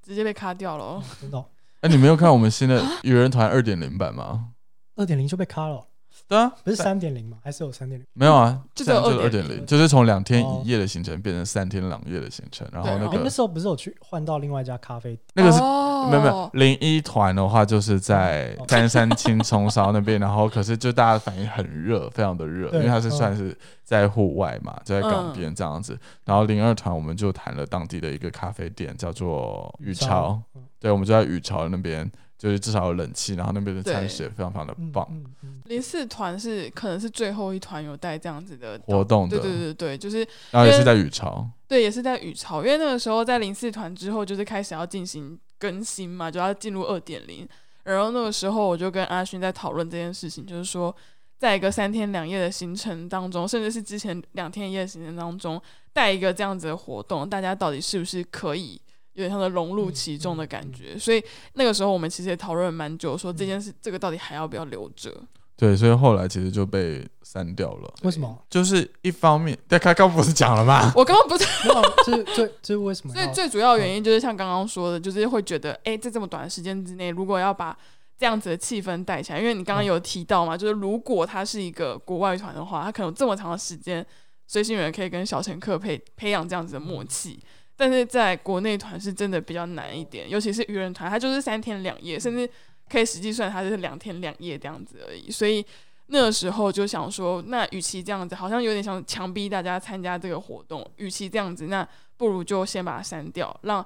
Speaker 2: 直接被卡掉了哦。
Speaker 3: 真的哦。
Speaker 1: 哎、你没有看我们新的愚人团二点零版吗？
Speaker 3: 二点零就被卡了哦，
Speaker 1: 对啊，
Speaker 3: 不是三点零吗？还是有三点零？
Speaker 1: 没有啊，
Speaker 2: 就
Speaker 1: 现在
Speaker 2: 只有
Speaker 1: 就二点零，
Speaker 2: 2.0
Speaker 1: 就是从两天一夜的行程变成三天两夜的行程，然后
Speaker 2: 对
Speaker 1: 那
Speaker 3: 哎，那
Speaker 1: 个
Speaker 3: 时候哦不是有去换到另外一家咖啡店？
Speaker 1: 那个是
Speaker 2: 哦、嗯
Speaker 1: 没有没有，零一团的话就是在
Speaker 3: 哦
Speaker 1: 三山青葱烧那边，然后可是就大家反应很热，非常的热，因
Speaker 3: 对
Speaker 1: 为它是
Speaker 3: 嗯
Speaker 1: 算是在户外嘛，就在港边这样
Speaker 2: 嗯
Speaker 1: 子。然后零二团我们就谈了当地的一个咖啡店，叫做雨潮，
Speaker 3: 嗯
Speaker 1: 对，我们就在雨潮那边，就是至少有冷气，然后那边的餐食也非常非常的
Speaker 3: 嗯
Speaker 1: 棒，
Speaker 3: 嗯嗯
Speaker 2: 零四团是可能是最后一团有带这样子的
Speaker 1: 活动的
Speaker 2: 对，对对对，就是
Speaker 1: 然后也是
Speaker 2: 因为
Speaker 1: 在雨潮，
Speaker 2: 对，也是在雨潮，因为那个时候在零四团之后，就是开始要进行更新嘛，就要进入二点零。然后那个时候我就跟阿勋在讨论这件事情，就是说，在一个三天两夜的行程当中，甚至是之前两天一夜的行程当中，带一个这样子的活动，大家到底是不是可以有点像的融入
Speaker 3: 嗯
Speaker 2: 其中的感
Speaker 3: 嗯
Speaker 2: 觉？所以那个时候我们其实也讨论了蛮久，说这件事这个到底还要不要留着？
Speaker 1: 对，所以后来其实就被删掉了。
Speaker 3: 为什么？
Speaker 1: 就是一方面，对，他刚不是讲了吗？
Speaker 2: 我刚刚不是
Speaker 3: 没有，啊这这这为什么嗯
Speaker 2: 所以
Speaker 3: 要？
Speaker 2: 最主要原因就是像刚刚说的，就是会觉得，哎、在这么短的时间之内，如果要把这样子的气氛带起来，因为你刚刚
Speaker 3: 嗯
Speaker 2: 有提到嘛，就是如果他是一个国外团的话，他可能有这么长的时间，随行员可以跟小乘客培培养这样子的默契。
Speaker 3: 嗯
Speaker 2: 但是在国内团是真的比较难一点，尤其是愚人团，它就是三天两夜，
Speaker 3: 嗯
Speaker 2: 甚至可以实际算它就是两天两夜这样子而已。所以那个时候就想说，那与其这样子，好像有点想强逼大家参加这个活动，与其这样子，那不如就先把它删掉，让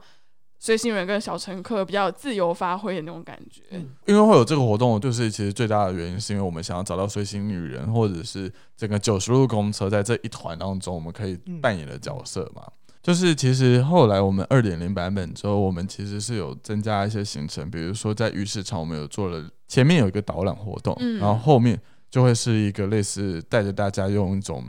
Speaker 2: 随行人跟小乘客比较自由发挥的那种感觉。
Speaker 3: 嗯
Speaker 1: 因为会有这个活动，就是其实最大的原因是因为我们想要找到随行女人，或者是整个九十路公车在这一团当中我们可以扮演的角色嘛。就是其实后来我们二点零版本之后，我们其实是有增加一些行程，比如说在鱼市场，我们有做了前面有一个导览活动，
Speaker 2: 嗯
Speaker 1: 然后后面就会是一个类似带着大家用一种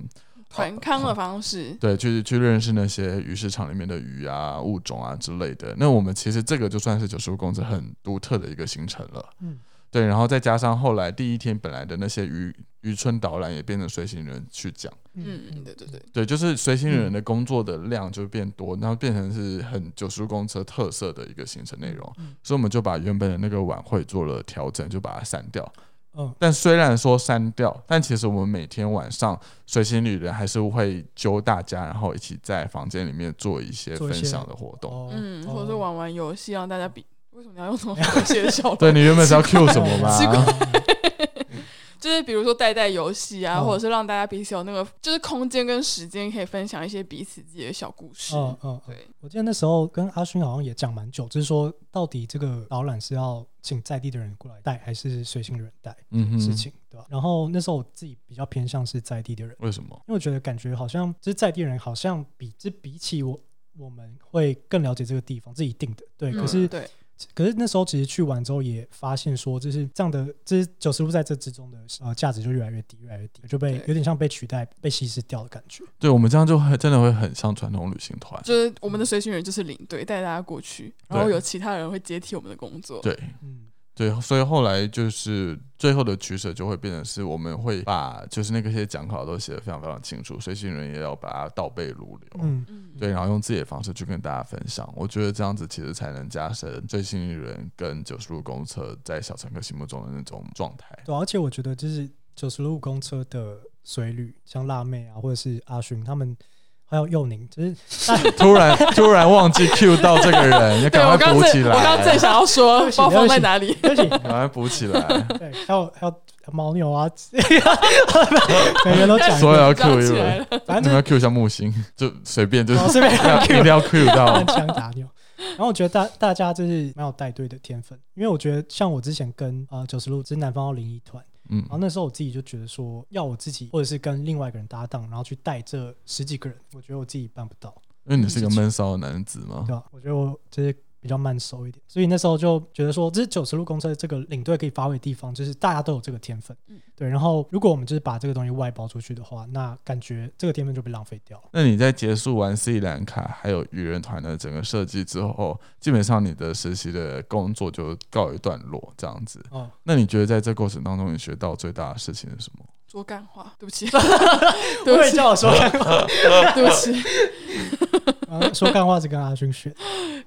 Speaker 2: 团康的方式，
Speaker 1: 对，去去认识那些鱼市场里面的鱼啊、物种啊之类的。那我们其实这个就算是九十五公司很独特的一个行程了。
Speaker 3: 嗯，
Speaker 1: 对，然后再加上后来第一天本来的那些渔渔村导览也变成随行人去讲。
Speaker 2: 嗯，对对对，
Speaker 1: 对，就是随行
Speaker 3: 嗯
Speaker 1: 人的工作的量就变多，然后变成是很九十公车特色的一个行程内容，
Speaker 3: 嗯
Speaker 1: 所以我们就把原本的那个晚会做了调整，就把它删掉。
Speaker 3: 嗯
Speaker 1: 但虽然说删掉，但其实我们每天晚上随行旅人还是会揪大家，然后一起在房间里面做一些
Speaker 3: 做
Speaker 1: 分
Speaker 3: 一些
Speaker 1: 享的活动。
Speaker 3: 哦，
Speaker 2: 嗯，或者是
Speaker 3: 哦
Speaker 2: 玩玩游戏，让大家比。为什么你要用这种和谐的笑容？
Speaker 1: (laughs) 对你原本是要 Q 什么
Speaker 3: (laughs) 奇
Speaker 1: 吗？
Speaker 2: (laughs) 就是比如说带带游戏啊，
Speaker 1: 哦
Speaker 3: 嗯
Speaker 2: 或者是让大家彼此有那个，就是空间跟时间可以分享一些彼此自己的小故事。
Speaker 1: 哦
Speaker 3: 嗯嗯，嗯
Speaker 2: 对，
Speaker 3: 我记得那时候跟阿勋好像也讲蛮久，就是说到底这个导览是要请在地的人过来带，还是随行的人带
Speaker 1: 嗯
Speaker 3: 事
Speaker 1: 哼，
Speaker 3: 情，对吧？然后那时候我自己比较偏向是在地的人，
Speaker 1: 为什么？
Speaker 3: 因为我觉得感觉好像就是在地人好像比这比起我我们会更了解这个地方，这一定的对。
Speaker 2: 嗯
Speaker 3: 可是
Speaker 2: 对，
Speaker 3: 可是那时候其实去完之后也发现说，就是这样的，就是九十路在这之中的呃价值就越来越低，越来越低，就被
Speaker 2: 对
Speaker 3: 有点像被取代、被稀释掉的感觉。
Speaker 1: 对我们这样就很真的会很像传统旅行团。
Speaker 2: 就是我们的随行人就是领队带大家过去，然后有其他人会接替我们的工作。
Speaker 1: 对，
Speaker 3: 嗯，
Speaker 1: 对，所以后来就是最后的取舍就会变成是，我们会把就是那个些讲稿都写得非常非常清楚，随行人也要把它倒背如流。
Speaker 3: 嗯，
Speaker 2: 嗯，
Speaker 1: 对，然后用自己的方式去跟大家分享，我觉得这样子其实才能加深最新一人跟九十路公车在小乘客心目中的那种状态。
Speaker 3: 对啊、而且我觉得就是九十路公车的随旅，像辣妹啊，或者是阿勋他们，还有佑宁，就是
Speaker 1: 突然突然忘记 cue 到这个人，要
Speaker 2: (laughs) 对
Speaker 1: 赶
Speaker 2: 我
Speaker 1: 快
Speaker 2: 刚
Speaker 1: 补
Speaker 2: 正
Speaker 1: 起
Speaker 2: 我刚正
Speaker 1: 来，
Speaker 2: 想
Speaker 1: (laughs)
Speaker 2: 要说，
Speaker 3: 对不起
Speaker 2: 包
Speaker 3: 对
Speaker 2: 放
Speaker 3: 不
Speaker 2: 在
Speaker 3: 起
Speaker 2: 哪里？
Speaker 3: 对不起，
Speaker 1: 赶快补起
Speaker 2: (laughs)
Speaker 1: 来，
Speaker 3: 对，还有还有牦牛啊， (laughs) 每个人都讲一
Speaker 1: 所有要
Speaker 3: 遍，
Speaker 2: 这样
Speaker 1: cue 一
Speaker 2: 起来
Speaker 1: 轮
Speaker 2: (laughs) 了，，
Speaker 3: 反
Speaker 1: 你
Speaker 3: 正
Speaker 1: 们要 cue 一下木星，就随便就是
Speaker 3: 哦随便
Speaker 1: 一定要 cue 到
Speaker 3: 乱。枪打鸟。然后我觉得大大家就是蛮有带队的天分，因为我觉得像我之前跟呃九十路之南方幺零一团，
Speaker 1: 嗯
Speaker 3: 然后那时候我自己就觉得说，要我自己或者是跟另外一个人搭档，然后去带这十几个人，我觉得我自己办不到。
Speaker 1: 因为你是一个闷骚的男子嘛
Speaker 3: 对。吧？我觉得我就是比较慢熟一点，所以那时候就觉得说，这九十路公车这个领队可以发挥的地方，就是大家都有这个天分，
Speaker 2: 嗯
Speaker 3: 对。然后如果我们就是把这个东西外包出去的话，那感觉这个天分就被浪费掉了。
Speaker 1: 那你在结束完斯里兰卡还有愚人团的整个设计之后，基本上你的实习的工作就告一段落，这样子。
Speaker 3: 哦，
Speaker 1: 那你觉得在这过程当中，你学到最大的事情是什么？
Speaker 2: 说干话，对不起，
Speaker 3: 不
Speaker 2: 对不
Speaker 3: 会
Speaker 2: 起，
Speaker 3: 叫我说干话， (laughs)
Speaker 2: 对不起。
Speaker 3: 啊说干话是跟阿勋学的，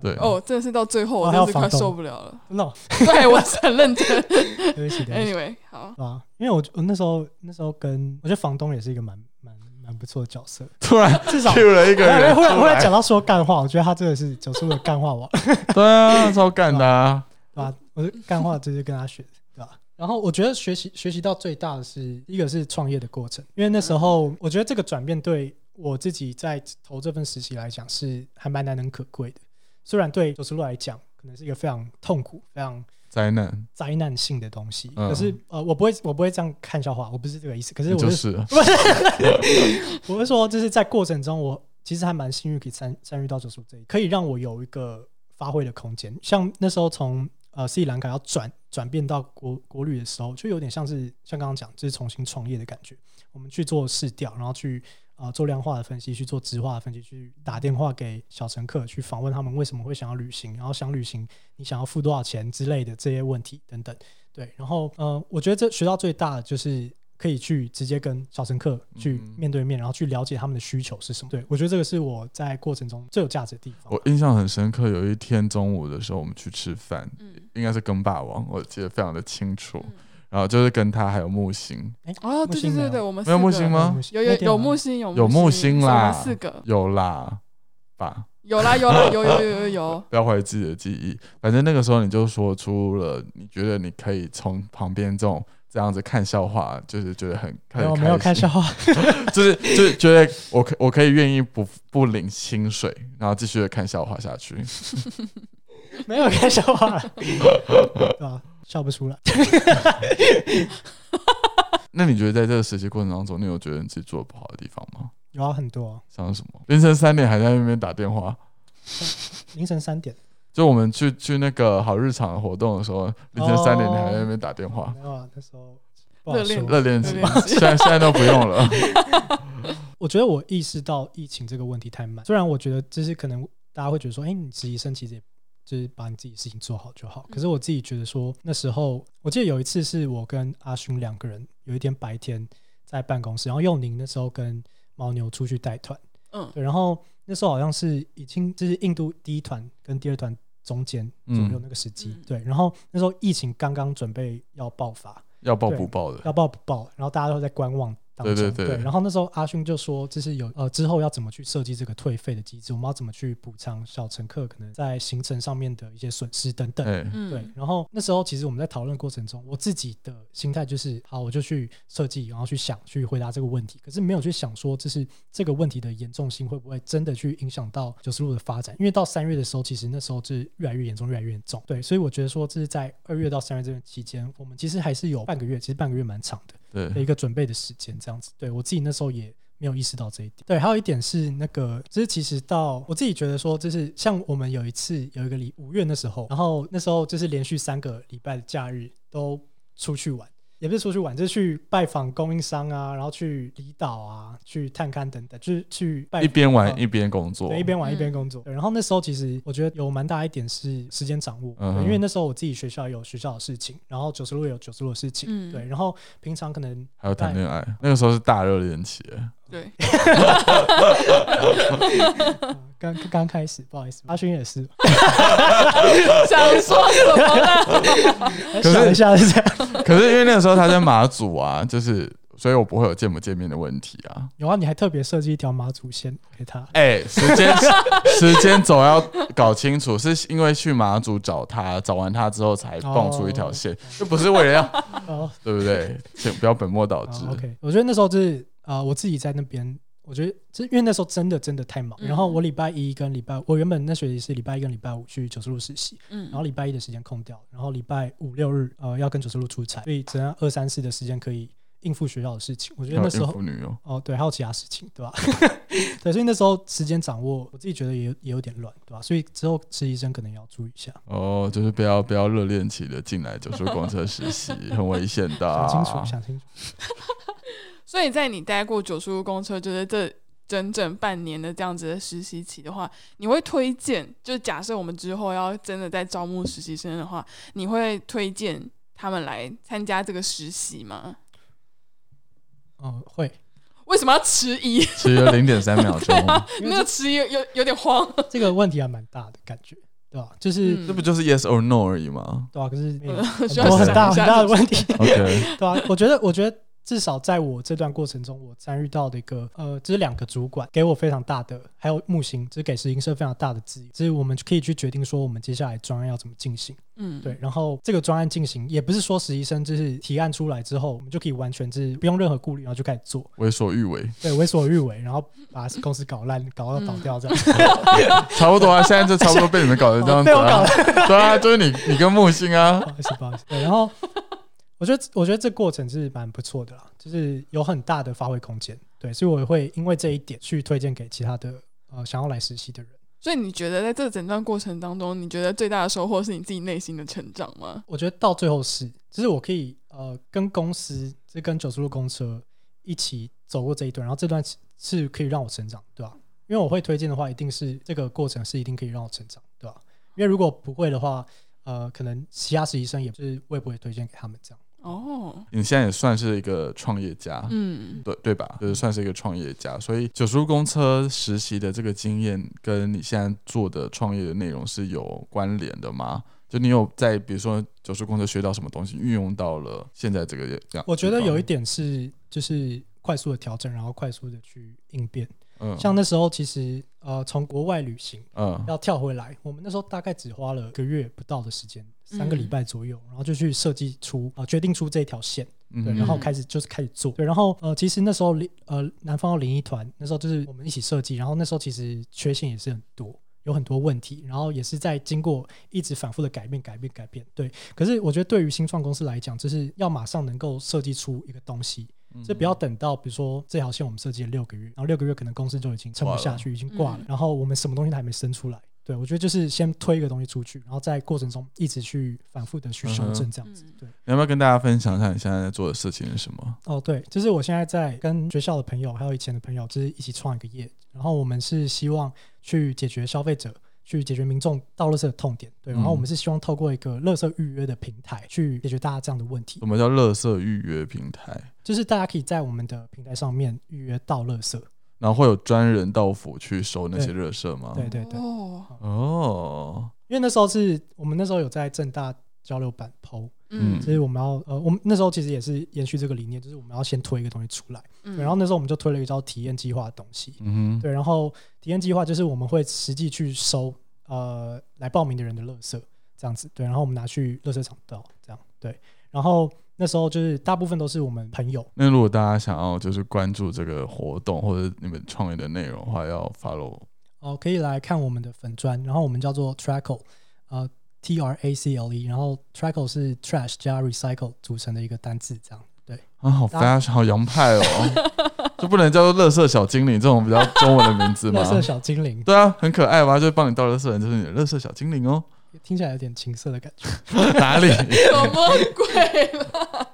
Speaker 1: 对，啊
Speaker 2: 哦，真的是到最后，我
Speaker 3: 哦还
Speaker 2: 真
Speaker 3: 有
Speaker 2: 的是快
Speaker 3: 房东
Speaker 2: 受不了了。
Speaker 3: no，
Speaker 2: 对，我是很认
Speaker 1: (laughs)
Speaker 2: 真。
Speaker 3: 对不起，对不起，
Speaker 2: Anyway，好，
Speaker 3: 对啊，因为我我那时候那时候跟我觉得房东也是一个蛮蛮蛮不错的角色，
Speaker 1: 突然 (laughs)
Speaker 3: 至少。
Speaker 1: Q 了一个
Speaker 3: 忽然
Speaker 1: 人出
Speaker 3: 忽然忽然
Speaker 1: 来，
Speaker 3: 讲到说干话，我觉得他真的是九十路的干话王。
Speaker 1: 对啊，超干的啊！
Speaker 3: 对吧、我是干话就是跟他学的，对吧、然后我觉得学习学习到最大的是一个是创业的过程，因为那时候我觉得这个转变对我自己在投这份实习来讲是还蛮难能可贵的。虽然对九十路来讲可能是一个非常痛苦、非常
Speaker 1: 灾难，
Speaker 3: 灾难性的东西，
Speaker 1: 嗯
Speaker 3: 可是呃，我不会我不会这样看笑话，我不是这个意思。可是
Speaker 1: 你
Speaker 3: 我
Speaker 1: 就是是了
Speaker 3: 我是说，就是在过程中，我其实还蛮幸运，可以参参与到九十五这一，可以让我有一个发挥的空间。像那时候从呃斯里兰卡要转转变到国国旅的时候，就有点像是像刚刚讲，就是重新创业的感觉。我们去做试调，然后去呃做量化的分析，去做质化的分析，去打电话给小乘客，去访问他们为什么会想要旅行，然后想旅行你想要付多少钱之类的这些问题等等。对，然后呃，我觉得这学到最大的就是可以去直接跟小乘客去
Speaker 1: 嗯
Speaker 3: 面对面，然后去了解他们的需求是什么。对我觉得这个是我在过程中最有价值的地方
Speaker 1: 我。印象很深刻，有一天中午的时候，我们去吃饭，
Speaker 2: 嗯，
Speaker 1: 应该是跟霸王，我记得非常的清楚
Speaker 2: 嗯。
Speaker 1: 然后就是跟他还有木星，
Speaker 2: 哦，对对对对，我们
Speaker 1: 没有
Speaker 2: 四
Speaker 1: 木
Speaker 2: 个
Speaker 1: 星吗
Speaker 2: 有有有木
Speaker 3: 星
Speaker 2: 星，有
Speaker 1: 有木星
Speaker 2: 是
Speaker 1: 啦
Speaker 2: 我们四个
Speaker 1: 有啦吧？
Speaker 2: 有啦有啦有有有有有，
Speaker 1: 不要怀疑自己的记忆。反正那个时候你就说出了，你觉得你可以从旁边这种这样子看笑话，就是觉得很
Speaker 3: 没
Speaker 1: 很
Speaker 3: 有没有
Speaker 1: 开
Speaker 3: 看
Speaker 1: 心
Speaker 3: 笑话，
Speaker 1: (laughs)
Speaker 3: (laughs)
Speaker 1: 就是就是觉得我可我可以愿意不不领薪水，然后继续的看笑话下去。 (laughs)
Speaker 3: 没有看笑话， (laughs) 对吧、笑不出来。
Speaker 1: 那你觉得在这个实习过程当中，你有觉得你自己做的不好的地方吗？
Speaker 3: 有啊，很多啊、
Speaker 1: 像是什么凌晨三点还在那边打电话，
Speaker 3: 凌晨三点，
Speaker 1: 就我们去去那个好日常的活动的时候，凌晨三点你还在那边打电话，
Speaker 3: 没有啊，那时候不好
Speaker 2: 热恋
Speaker 3: 说。
Speaker 1: 热恋期
Speaker 2: 热恋，期
Speaker 1: 现在现在都不用
Speaker 3: (laughs)
Speaker 1: 了。
Speaker 3: 我觉得我意识到疫情这个问题太慢，虽然我觉得就是可能大家会觉得说，哎、你实习生其实也就是把你自己事情做好就
Speaker 2: 嗯
Speaker 3: 好。可是我自己觉得说，那时候我记得有一次是我跟阿勋两个人有一天白天在办公室，然后佑宁那时候跟牦牛出去带团，
Speaker 2: 嗯
Speaker 3: 对，然后那时候好像是已经就是印度第一团跟第二团中间左右那个时机，
Speaker 2: 嗯
Speaker 3: 对，然后那时候疫情刚刚准备要爆发，
Speaker 1: 要报不报的？
Speaker 3: 要报不报，然后大家都在观望当中。
Speaker 1: 对对对
Speaker 3: 然后那时候阿勋就说，就是有呃之后要怎么去设计这个退费的机制，我们要怎么去补偿小乘客可能在行程上面的一些损失等等。
Speaker 1: 哎，
Speaker 2: (laughs) 嗯
Speaker 3: 对，然后那时候其实我们在讨论过程中，我自己的心态就是，好，我就去设计，然后去想去回答这个问题，可是没有去想说，就是这个问题的严重性会不会真的去影响到九十路的发展？因为到三月的时候，其实那时候是越来越严重，越来越严重。对，所以我觉得说，这是在二月到三月这段期间，我们其实还是有半个月，其实半个月蛮长的。的
Speaker 1: 对，
Speaker 3: 一个准备的时间，这样子。对我自己那时候也没有意识到这一点。对，还有一点是那个，就是其实到我自己觉得说，就是像我们有一次有一个礼五月那时候，然后那时候就是连续三个礼拜的假日都出去玩。也不是出去玩，就是去拜访供应商啊，然后去离岛啊，去探勘等等，就是去拜
Speaker 1: 一边玩
Speaker 3: 嗯
Speaker 1: 一边工作
Speaker 3: 对，，一边玩一边
Speaker 2: 嗯
Speaker 3: 工作、对然后那时候其实我觉得有蛮大一点是时间掌握、
Speaker 1: 嗯
Speaker 3: 对因为那时候我自己学校有学校的事情，然后九十路有九十路的事情、
Speaker 2: 嗯
Speaker 3: 对。然后平常可能
Speaker 1: 还有谈恋爱。那个时候是大热恋
Speaker 3: (laughs)
Speaker 1: 期，哎
Speaker 2: 对，
Speaker 3: 嗯刚刚刚开始，不好意思，阿勋也是，
Speaker 2: 想说什么呢？
Speaker 1: 是
Speaker 3: 哎想一下是这样。 (laughs)
Speaker 1: 可是因为那个时候他在马祖啊，就是所以我不会有见不见面的问题啊。
Speaker 3: 有啊，你还特别设计一条马祖线
Speaker 1: (laughs)
Speaker 3: 给他，
Speaker 1: 哎、时
Speaker 3: (laughs)
Speaker 1: 间时间走要搞清楚，是因为去马祖找他，找完他之后才蹦出一条线，就不是为了要，
Speaker 3: 哦，
Speaker 1: 对不对？请不要本末倒置
Speaker 3: 好。，OK。我觉哦得那时候就是啊、呃我自己在那边，我觉得这因为那时候真的真的太忙。
Speaker 2: 嗯
Speaker 3: 然后我礼拜一跟礼拜，我原本那学期是礼拜一跟礼拜五去九十路实习，
Speaker 2: (laughs) 嗯
Speaker 3: 然后礼拜一的时间空掉，然后礼拜五六日呃要跟九十路出差，所以只剩下二三四的时间可以。应付学校的事情。我
Speaker 1: 还
Speaker 3: 觉得
Speaker 1: 有
Speaker 3: 那时
Speaker 1: 啊应
Speaker 3: 候
Speaker 1: 付女友，
Speaker 3: 哦，对，还有其他事情，对吧？ (laughs) 对，所以那时候时间掌握，我自己觉得也有也有点乱，对吧？所以之后实习生可能也要注意一下，
Speaker 1: 哦，就是不要不要热恋期的进来九叔公车实
Speaker 3: (laughs)
Speaker 1: 习，很危险的、
Speaker 3: 想
Speaker 1: 啊。
Speaker 3: 清楚，想清楚。
Speaker 2: 所以在你待过九叔公车，就是这整整半年的这样子的实习期的话，你会推荐，就假设我们之后要真的在招募实习生的话，你会推荐他们来参加这个实习吗？
Speaker 3: 嗯，
Speaker 2: (laughs)
Speaker 3: 会，
Speaker 2: 为什么要迟疑？
Speaker 1: 只有零点三秒钟，
Speaker 3: 因为
Speaker 2: 那个迟疑有有有点慌。
Speaker 3: 这个问题还蛮大的感觉，对吧？就是、
Speaker 1: (laughs) 这
Speaker 2: 嗯
Speaker 1: 不就是 yes or no 而已吗
Speaker 3: 对啊，可是
Speaker 2: 嗯 (laughs)
Speaker 3: 很
Speaker 2: (laughs) 需要
Speaker 3: 多很
Speaker 1: 想
Speaker 3: 大
Speaker 2: 一
Speaker 3: 很
Speaker 2: 下
Speaker 3: 大
Speaker 2: 是
Speaker 3: 的
Speaker 2: 不
Speaker 3: 问题， (laughs)
Speaker 1: ？OK，
Speaker 3: 对啊，我觉得，我觉得至少在我这段过程中，我参与到的一个呃，这是两个主管给我非常大的，还有木星，这给实习社非常大的资源，就是我们可以去决定说我们接下来专案要怎么进行。
Speaker 2: 嗯，
Speaker 3: 对，，然后这个专案进行也不是说实习生就是提案出来之后，我们就可以完全是不用任何顾虑，然后就开始做，
Speaker 1: 为所欲为，
Speaker 3: 对，为所欲为，然后把公司搞烂，搞到倒掉这样。
Speaker 1: 差不多啊，现在就差不多 (laughs) 被你们搞成这样子、
Speaker 3: (laughs) 被我搞
Speaker 1: 啊，对啊，就是你你跟木星啊
Speaker 3: 不，好意思，不好意思。对，然后我觉得我觉得这过程是蛮不错的啦，就是有很大的发挥空间。对，所以我会因为这一点去推荐给其他的呃想要来实习的人。
Speaker 2: 所以你觉得在这整段过程当中，你觉得最大的收获是你自己内心的成长吗？
Speaker 3: 我觉得到最后是，就是我可以呃跟公司，就是跟九十路公车一起走过这一段，然后这段是是可以让我成长，对吧、因为我会推荐的话，一定是这个过程是一定可以让我成长，对吧、因为如果不会的话，呃，可能其他实习生也就是我也不会推荐给他们这样。
Speaker 2: 哦，
Speaker 1: 你现在也算是一个创业家，
Speaker 2: 嗯，
Speaker 1: 对对吧？就是算是一个创业家，所以九叔公车实习的这个经验，跟你现在做的创业的内容是有关联的吗？就你有在比如说九叔公车学到什么东西，运用到了现在这个这样？
Speaker 3: 我觉得有一，点是就是快速的调整，然后快速的去应变。
Speaker 1: 嗯
Speaker 3: 像那时候其实呃从国外旅行
Speaker 1: 嗯
Speaker 3: 要跳回来，我们那时候大概只花了一个月不到的时间，三个
Speaker 2: 嗯
Speaker 3: 礼拜左右，然后就去设计出啊、呃决定出这条线，
Speaker 1: 嗯
Speaker 3: 对，
Speaker 1: 哼
Speaker 3: 然后开始就是开始做，对，然后呃其实那时候呃南方的零一团那时候就是我们一起设计，然后那时候其实缺陷也是很多。有很多问题，然后也是在经过一直反复的改变、改变、改变。对，可是我觉得对于新创公司来讲，就是要马上能够设计出一个东西，
Speaker 1: 嗯
Speaker 3: 就不要等到比如说这条线我们设计了六个月，然后六个月可能公司就已经撑不下去，已经挂了，
Speaker 2: 嗯
Speaker 3: 然后我们什么东西都还没生出来。对，我觉得就是先推一个东西出去，然后在过程中一直去反复的去修
Speaker 1: 嗯
Speaker 3: 正
Speaker 1: 哼
Speaker 3: 这样子。
Speaker 2: 嗯
Speaker 3: 对，
Speaker 1: 你要不要跟大家分享一下你现在在做的事情是什么？
Speaker 3: 哦对，就是我现在在跟学校的朋友还有以前的朋友，就是一起创一个业，然后我们是希望去解决消费者。去解决民众到垃圾的痛点，对，然后我们是希望透过一个垃圾预约的平台去解决大家这样的问题。
Speaker 1: 什么叫乐色预约平台？
Speaker 3: 就是大家可以在我们的平台上面预约到垃圾。
Speaker 1: 然后会有专人到府去收那些热色吗？
Speaker 3: 对对对，
Speaker 2: 哦，
Speaker 1: 哦，
Speaker 3: 因为那时候是我们那时候有在正大交流版剖，
Speaker 1: 嗯
Speaker 2: 嗯
Speaker 3: 就是我们要呃，我们那时候其实也是延续这个理念，就是我们要先推一个东西出来，
Speaker 2: 嗯
Speaker 3: 对然后那时候我们就推了一个叫体验计划的东西，
Speaker 1: 嗯哼，
Speaker 3: 对，然后体验计划就是我们会实际去收呃来报名的人的垃圾这样子，对，然后我们拿去垃圾场倒这样，对，然后那时候就是大部分都是我们朋友，
Speaker 1: 那如果大家想要就是关注这个活动或者你们创业的内容的话，要 follow
Speaker 3: 哦，可以来看我们的粉砖，然后我们叫做 Trackle，呃，T R A C L E，然后 Trackle 是 trash 加 recycle 组成的一个单字，这样。对，
Speaker 1: 啊，好
Speaker 3: 然后
Speaker 1: fashion，好洋派哦， (laughs) 就不能叫做“乐色小精灵”这种比较中文的名
Speaker 3: (laughs)
Speaker 1: 字吗
Speaker 3: 乐？色小精灵
Speaker 1: 对啊，很可爱吧？就帮你倒乐色人，就是你的乐色小精灵
Speaker 3: (laughs)
Speaker 1: 哦。
Speaker 3: 听起来有点情色的感觉。
Speaker 1: 哪
Speaker 3: (laughs)
Speaker 1: 里？
Speaker 2: 什么鬼啦？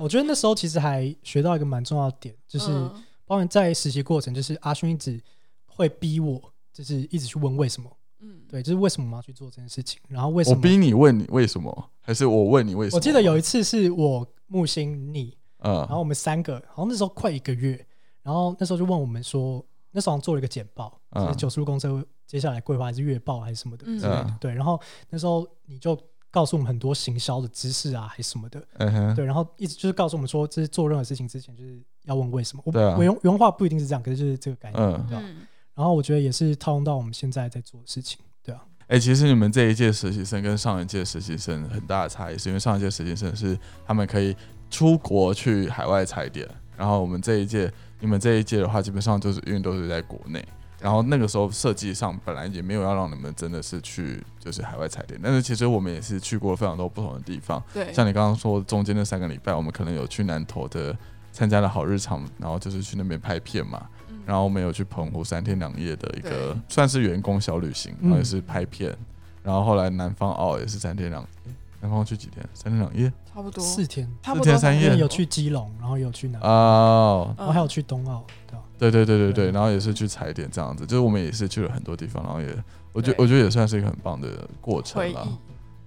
Speaker 3: 我觉得那时候其实还学到一个蛮重要的点，就是
Speaker 2: 嗯
Speaker 3: 包含在实习过程，就是阿勋一直会逼我，就是一直去问为什么，
Speaker 2: 嗯，
Speaker 3: 对，就是为什么我们要去做这件事情，然后为什
Speaker 1: 我
Speaker 3: 么。
Speaker 1: 逼你问你为什么，还是我问你为什么？
Speaker 3: 我记得有一次是我木星你，然后
Speaker 1: 嗯
Speaker 3: 我们三个，好像那时候快一个月，然后那时候就问我们说，那时候好像做了一个简报，
Speaker 1: 嗯
Speaker 3: 就是九十路公车接下来规划还是月报还是什么的之
Speaker 2: 嗯
Speaker 3: 类的，
Speaker 1: 啊
Speaker 3: 对。然后那时候你就告诉我们很多行销的知识啊，还是什么的，
Speaker 1: 嗯哼，
Speaker 3: 对。然后一直就是告诉我们说，就是做任何事情之前就是要问为什么。我
Speaker 1: 对啊
Speaker 3: 我原原话不一定是这样，可是就是这个概念。
Speaker 1: 嗯，
Speaker 3: 对啊
Speaker 2: 嗯
Speaker 3: 然后我觉得也是套用到我们现在在做的事情，对啊，
Speaker 1: 哎、其实你们这一届实习生跟上一届实习生很大的差异，是因为上一届实习生是他们可以出国去海外踩点，然后我们这一届，你们这一届的话，基本上就是因为都是在国内。然后那个时候设计上本来也没有要让你们真的是去就是海外踩点，但是其实我们也是去过非常多不同的地方，
Speaker 2: 对，
Speaker 1: 像你刚刚说中间那三个礼拜，我们可能有去南投的参加了好日常，然后就是去那边拍片嘛，
Speaker 2: 嗯
Speaker 1: 然后我们有去澎湖三天两夜的一个
Speaker 2: 对
Speaker 1: 算是员工小旅行，
Speaker 3: 嗯
Speaker 1: 然后也是拍片，然后后来南方澳也是三天两，诶南方澳去几天？三天两夜
Speaker 2: 差不多，
Speaker 3: 四天，
Speaker 2: 差不
Speaker 1: 四
Speaker 2: 多
Speaker 1: 天三
Speaker 3: 因
Speaker 1: 夜
Speaker 3: 为有去基隆，然后有去南，
Speaker 1: 哦，
Speaker 2: 嗯
Speaker 3: 然后还有去东澳，对吧？
Speaker 1: 对对对对对，
Speaker 3: 对
Speaker 1: 然后也是去踩点这样子，就是我们也是去了很多地方，然后也我觉
Speaker 2: 对
Speaker 1: 我觉得也算是一个很棒的过
Speaker 2: 回
Speaker 1: 程了。
Speaker 2: 忆。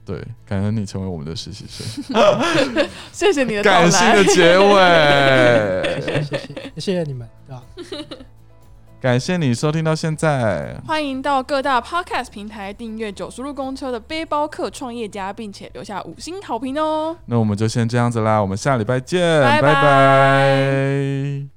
Speaker 1: 对，感恩你成为我们的实习
Speaker 2: (laughs)
Speaker 1: 生，
Speaker 2: 谢谢你的到
Speaker 1: 感性的
Speaker 2: 来，
Speaker 1: 结尾，
Speaker 2: (laughs)
Speaker 3: 谢谢，谢谢你们，对吧？
Speaker 1: 感谢你收听到现在。
Speaker 2: 欢迎到各大 podcast 平台订阅《九十路公车》的背包客创业家，并且留下五星好评哦。
Speaker 1: 那我们就先这样子啦，我们下礼拜见，
Speaker 2: 拜
Speaker 1: 拜
Speaker 2: 拜
Speaker 1: 拜